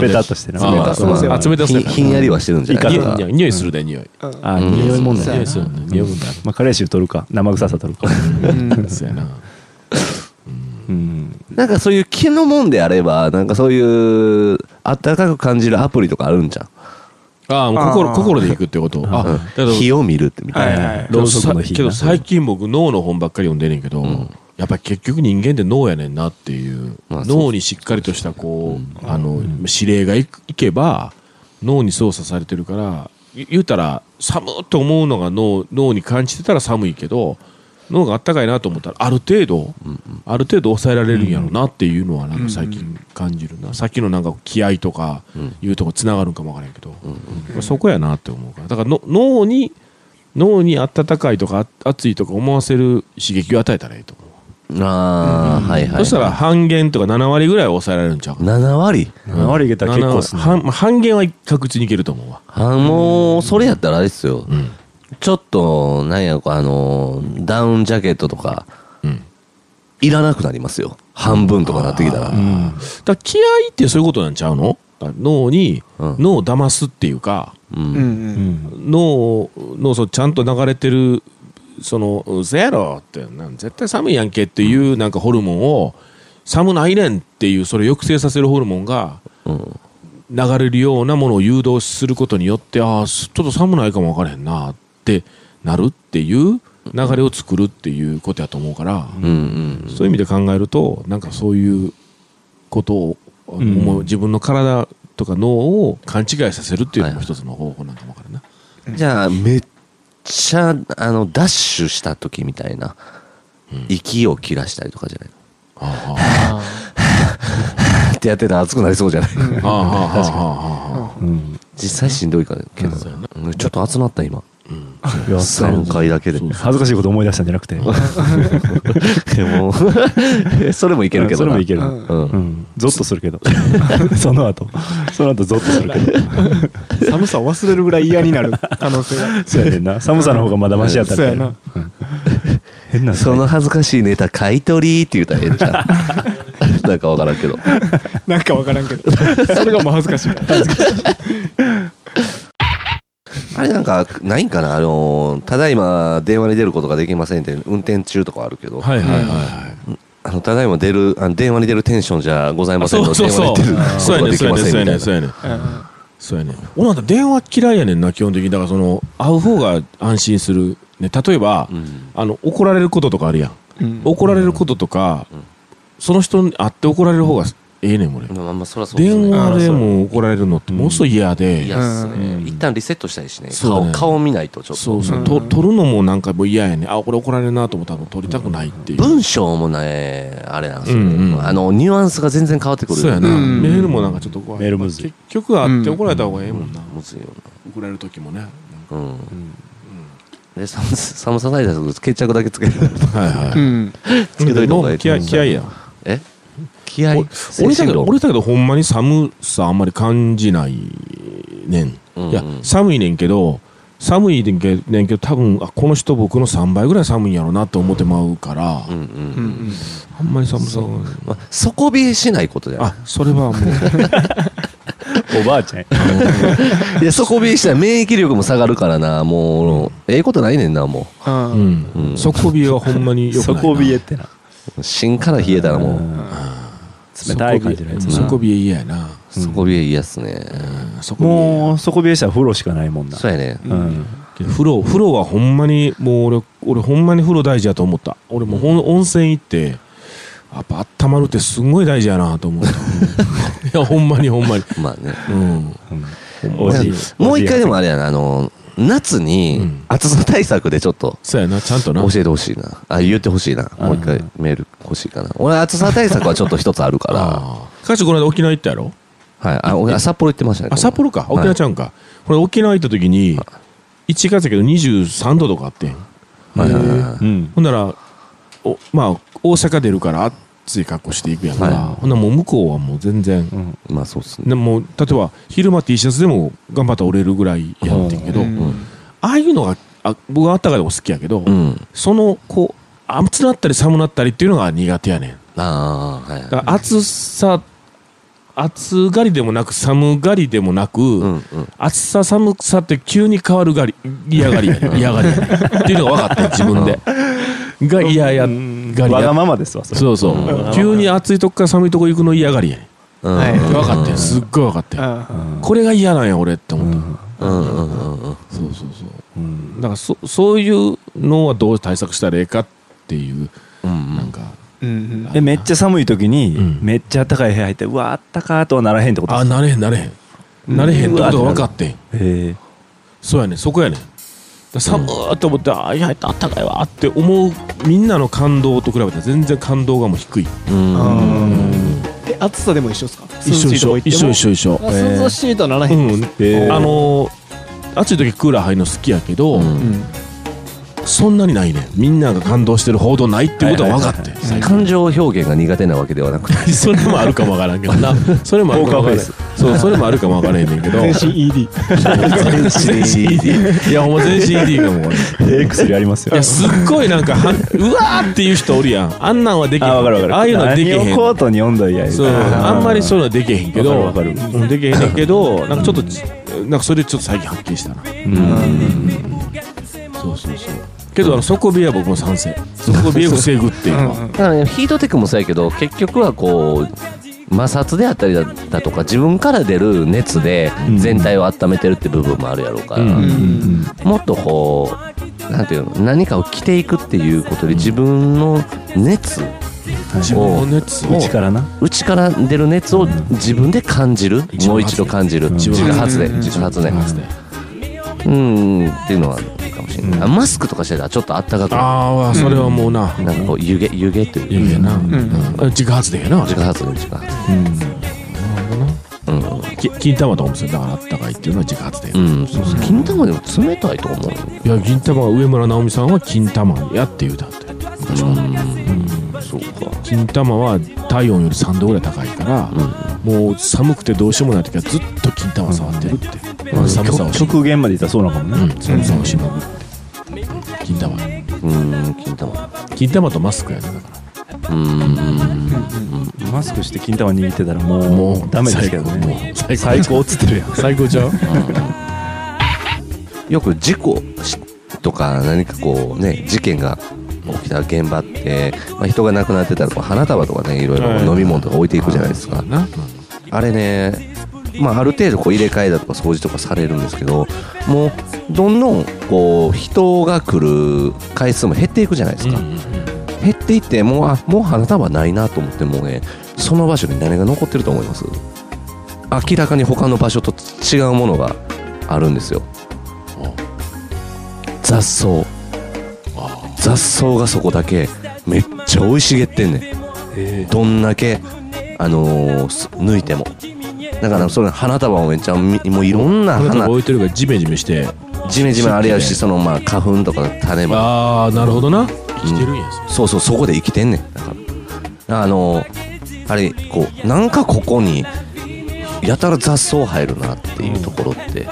C: ベタっとしてな
B: ああ
A: そ
B: そうう
A: まあ
B: 集めた
A: ひんひんやりはしてるんじゃない
B: 匂
A: かない
B: 匂いするで匂い。
C: あ匂いもん
D: そう
C: ね
B: 匂い
D: やな
B: するね。匂いもんだ。
C: まあカレー臭取るか生臭さ取るか
D: うん
B: そうやな。
C: うん
A: なんかそういう気のもんであればなんかそういう温かく感じるアプリとかあるんじゃん
B: ああ、もう
D: あ
B: 心、
D: ー
B: 心で行くってこと。あ、だけど
A: 火を見るってみたい
D: は
A: ない
D: はい
C: ろうそくの火
B: けど最近僕脳の本ばっかり読んでんねんけど、やっぱり結局人間って脳やねんなっていう、
A: まあそう
B: 脳にしっかりとしたこう、あの指令がいくいけば脳に操作されてるからい言うたら寒っと思うのが脳脳に感じてたら寒いけど脳があったかいなと思ったらある程度、ある程度抑えられるんやろなっていうのはなんか最近感じるな、さっきのなんか気合とかいうとこつながるんかもわからんけど、まあそこやなって思うからだからの脳に脳に暖かいとかあ暑いとか思わせる刺激を与えたらいいと思う、
A: ああーはいはい
B: そしたら半減とか7割ぐらいは抑えられるんちゃうか
A: 7割
C: 7割いけたら結構っす
B: 7
C: ね
B: 半まあ半減は確実にいけると思うわ
A: あもうそれやったらあれですよ、
B: ん
A: ちょっとなんやあのーダウンジャケットとか
B: うん
A: いらなくなりますよ半分とかなってきたら、
C: うん
B: だから気合ってそういうことなんちゃうのだから脳に、
A: うん
B: 脳を騙すっていうか
A: う
D: うんんうん
B: 脳のそうちゃんと流れてるそのゼロってなん絶対寒いやんけっていうなんかホルモンを寒ないねんっていうそれを抑制させるホルモンが
A: うん
B: 流れるようなものを誘導することによってああすちょっと寒ないかも分からへんなってなるっていう流れを作るっていうことやと思うから、
A: うんうん
B: そういう意味で考えるとなんかそういうことを、あの
C: うん
B: もう自分の体とか脳を勘違いさせるっていうのも一つの方法なんかも分からんな、
A: じゃあめっちゃあのダッシュした時みたいな、息を切らしたりとかじゃない の
B: ああ
A: ってやってたら熱くなりそうじゃない、
B: ああああああああ
C: うん
A: 実際しんどいからけど、うんちょっと熱なった今
C: いや
A: 3回だけで
C: 恥ずかしいこと思い出したんじゃなくて
A: でも それもいけるけどな
C: それもいける
A: うん
C: うんゾッとするけど その後その後ゾッとするけど
D: 寒さを忘れるぐらい嫌になる可能性が
C: そうやねんな寒さの方がまだマシやったみ
D: そう
C: た
D: や
C: いな
D: な
C: 変な
A: その恥ずかしいネタ買い取りって言うたらええんちゃうなんかわからんけど
D: なんかわからんけどそれがもう恥ずかしい
A: あれなんかないんかなあのーただいま電話に出ることができませんって運転中とかあるけど、
B: はいはいはいはい
A: あのただいま出るあの電話に出るテンションじゃございま
B: あ
A: せん
B: そ
A: の
B: うそう
A: 電
B: そ
A: 話
B: う
A: に出ること
B: そう
A: ができま
B: やねんそうやねん
A: せ
B: そ
A: ん
B: う
A: み
B: や
A: た
B: ねん
A: い
B: そ
A: な
B: うやねんそ
D: うん
B: うやねん俺なんか電話嫌いやねんな基本的にだからその会う方が安心する、ね、例えば、
A: うん
B: あの怒られることとかあるやん
D: うん
B: 怒られることとか、その人に会って怒られる方がええねん俺、
A: まあまあそらそうです
B: 電
A: ね
B: 話でも怒られるのってものすごい嫌で、
A: いやっすね、
B: うん
A: 一旦リセットしたいしね
B: そうだ
A: 顔
B: ね
A: 顔見ないとちょっと
B: そうそう、
D: うん
B: と取るのもなんかもう嫌やねんあこれ怒られるなと思ったらもう取りたくないっていう、
A: 文章もねあれなんですよ、
B: うんうん
A: あのニュアンスが全然変わってくる
B: そうやな、
D: うん
B: メールもなんかちょっと怖い
C: メールむずい
B: 結局は会って怒られた方がええもんな、
A: むずいよな
B: 怒られる時もねなん
A: うん、で寒さ寒さ対策決着だけつ ける
B: かはいはい、
D: うん
A: つけといた方がいい
B: 気合気合や
A: え気合
B: お俺だけど俺
A: 俺
B: だけどほんまに寒さあんまり感じないねん、
A: うんうん
B: いや寒いねんけど寒いねんけねんけど多分あこの人僕の3倍ぐらい寒いんやろなと思ってまうから、
A: うんうん
D: うんうん
B: あんまり寒さがない
A: まあ、底冷えしないことじゃない
B: あそれ はもう
C: おばあちゃんや
A: いや底冷えしたら免疫力も下がるからなもうええことないねんなも
D: あ
B: う
D: ー
B: ん、
A: うん
B: 底冷えはほんまによくないな
C: 底冷えってな
A: う芯から冷えたらもう、
C: 冷たい感じのやつな
B: 底冷え嫌やな、
A: 底冷え嫌っすね、
B: うん底冷え
C: もう底冷えしたら風呂しかないもんな
A: そうやね、
C: うん
B: けど風呂風呂はほんまにもう俺俺ほんまに風呂大事やと思った俺もうほん温泉行ってやっぱ温まるってすんごい大事やなと思った いやほんまにほんまに
A: まあね
B: うん
C: おじい
A: もう一回でもあれやなあの夏
B: う
A: に
B: ん
A: 暑さ対策でちょっと
B: そうやなちゃんとな
A: 教えてほしいなあ言ってほしいなもう一回メール欲しいかな俺暑さ対策はちょっと一つあるから
B: ああかしこの間沖縄行ったやろ
A: はいあ俺札幌行ってましたね
B: あ札幌か沖縄ち
A: ゃ
B: ゃうんか、これ沖縄行った時に1月やけど23度とかあってん
A: はいはいはいはい
C: うん
B: ほんならおまあ大阪出るからつい格好していくやんか、
A: は
B: ほんならもう向こうはもう全然、
C: うん
A: まあそうですね
B: でも例えば昼間 T シャツでも頑張ったら折れるぐらいやってんけど、
D: うん
B: ああいうのがあ僕はあったかいのが好きやけど、
A: うん
B: そのこう暑なったり寒なったりっていうのが苦手やねん
A: ああはい
B: だから暑さ暑がりでもなく寒がりでもなく、
A: うんうん
B: 暑さ寒さって急に変わるがり嫌がりやね嫌がりやねっていうのが分かった自分でが嫌やがりや
C: わがままですわそれ
B: そうそう、
A: うん
B: 急に暑いとこから寒いとこ行くの嫌がりやね
A: うん
D: はい
B: 分かってんすっごい分かってん
C: うん
B: これが嫌なんや俺って思った、
A: うんうんうんうん
B: そうそうそう
C: うん
B: だからそそういうのはどう対策したらええかっていう、
A: うん
B: なんか
D: うん
C: えめっちゃ寒い時に
B: うん
C: めっちゃ暖かい部屋入ってうわあったかーとはならへんってこと
B: あ
C: ですか
B: なれへんなれへんなれへんってことが分かってん
C: へえ
B: そうやねんそこやねんだから寒ーって思って、ああいやあったかいわーって思うみんなの感動と比べたら全然感動がもう低い
A: うん
D: え暑さでも一緒ですか
B: 一緒一緒一緒一緒一緒、
D: 涼しいとならへ
B: うんん
C: えー
B: あのー暑い時クーラー入るの好きやけど、
A: うん
B: そんなにないねんみんなが感動してるほどないっていうことは分かってん最近
A: 感情表現が苦手なわけではなくて
B: それもあるかもわからんけどなそれもあるかもわからんそうそれもあるかもわからへんねんけど
D: 全身 ED
B: 全身いやほんま全身 ED かも俺
C: ええ薬ありますよ
B: いやすっごいなんかはうわーっていう人おるやんあんなんはできへん
C: あわかるわかる
B: ああいうのはできへ
C: 何
B: ん
C: をコートに読んだりや言う
B: そうあんまりそういうのはできへんけど
C: わかるわか
B: うんできへんねんけどなんかちょっとちなんかそれちょっと最近発見したなそうそうそうけどあの底冷えは僕も賛成底冷えを防ぐっていうの
A: だ
B: は
A: からねヒートテックもそうやけど結局はこう摩擦であったりだだとか自分から出る熱で全体を温めてるって部分もあるやろうから、
B: うん
A: もっとこうなんていうの何かを着ていくっていうことで自分の熱
B: 自分の熱を
C: うちからな
A: 内から出る熱を自分で感じる、
B: うん
A: もう一度感じる
C: 自
A: 自
B: 分
A: 家発
D: う
A: 電
D: ん
A: 自家発電
B: 熱で
A: うんっていうのはいいかもしれない、あマスクとかしてたらちょっとあったかくな
B: ああそれはもうな
A: るなんかこう湯気湯気っていう
B: いやな
C: うん
B: うん自家発電やな
A: 自家発電自家発電うん
B: き金玉とかもそうやだからあったかいっていうのは自家発電
A: うん、そうそう金玉でも冷たいと思うよ
B: いや銀玉は上村直美さんは金玉やって言うたって昔は、
A: そうか
B: 金玉は体温より3度ぐらい高いから、もう寒くてどうしようもない時はずっと金玉触ってるって、まあ寒さをしの
C: 極限までいったらそうなのかも
B: ぐ、う
C: ね
B: ん、寒さをしのぐって金玉
A: うん金玉
B: 金玉とマスクやねだか
A: うん
C: マスクして金玉握ってたら
B: らも
C: も
B: う
C: うダメですけどね
B: 最高
C: 最高っつってるや ん
B: 最高ち ゃう
A: よく事故しとか何かこうね事件が起きた現場って、まあ、人が亡くなってたらこう花束とかねいろいろ飲み物とか置いていくじゃないですか、
B: な
A: あれね、まあ、ある程度こう入れ替えだとか掃除とかされるんですけどもうどんどんこう人が来る回数も減っていくじゃないですか、減っていってもうあもう花束ないなと思ってもうねその場所に何が残ってると思います明らかに他の場所と違うものがあるんですよ雑草雑草がそこだけめっちゃ生い茂ってんねんどんだけ、あのーす抜いてもだからそれ花束もめっちゃみもういろんな
B: 花束
A: 花
B: 置いてるからジメジメして
A: ジメジメあれやしそのまあ花粉とか種も
B: ああなるほどな生きてるんやそれ
A: そうそうそこで生きてんねんだからあのーあれこうなんかここにやたら雑草入るなっていうところって、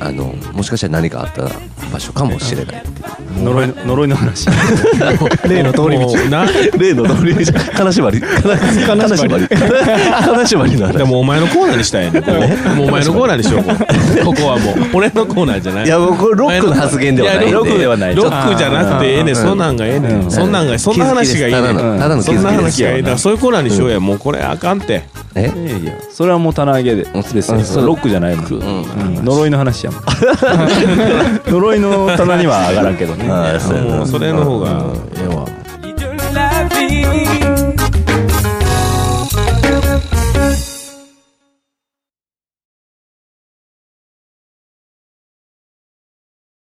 A: あのもしかしたら何かあった場所かもしれないってい
C: 呪いの呪いの話
D: 例の通り道
B: もうな
A: う例の通り 金縛り金
D: 縛
A: り金 縛りの話
B: でもお前のコーナーにしたいねんもうもうお前のコーナーにし ようこここはもう俺のコーナーじゃない
A: いやもうこれロックの発言ではないん
B: い
A: で
B: やロック
C: ではない
B: ロックじゃなくてええねんそんなんがええね
C: うん
B: んそんなんがそんな話がいい
A: ただ
B: ねん
A: のただの気
B: そんな
A: づきです
B: 話
A: よ
B: がいいだからそういうコーナーにしようやもうこれあかんって
A: え
C: いやいやそれはもう棚上げでですよ
A: あそう
C: ロックじゃないもん、
A: ん
C: うん呪いの話 やもん呪いの棚には上がらんけどね
A: ああそうやな
B: もうそれの方がええわ
E: y de la vie.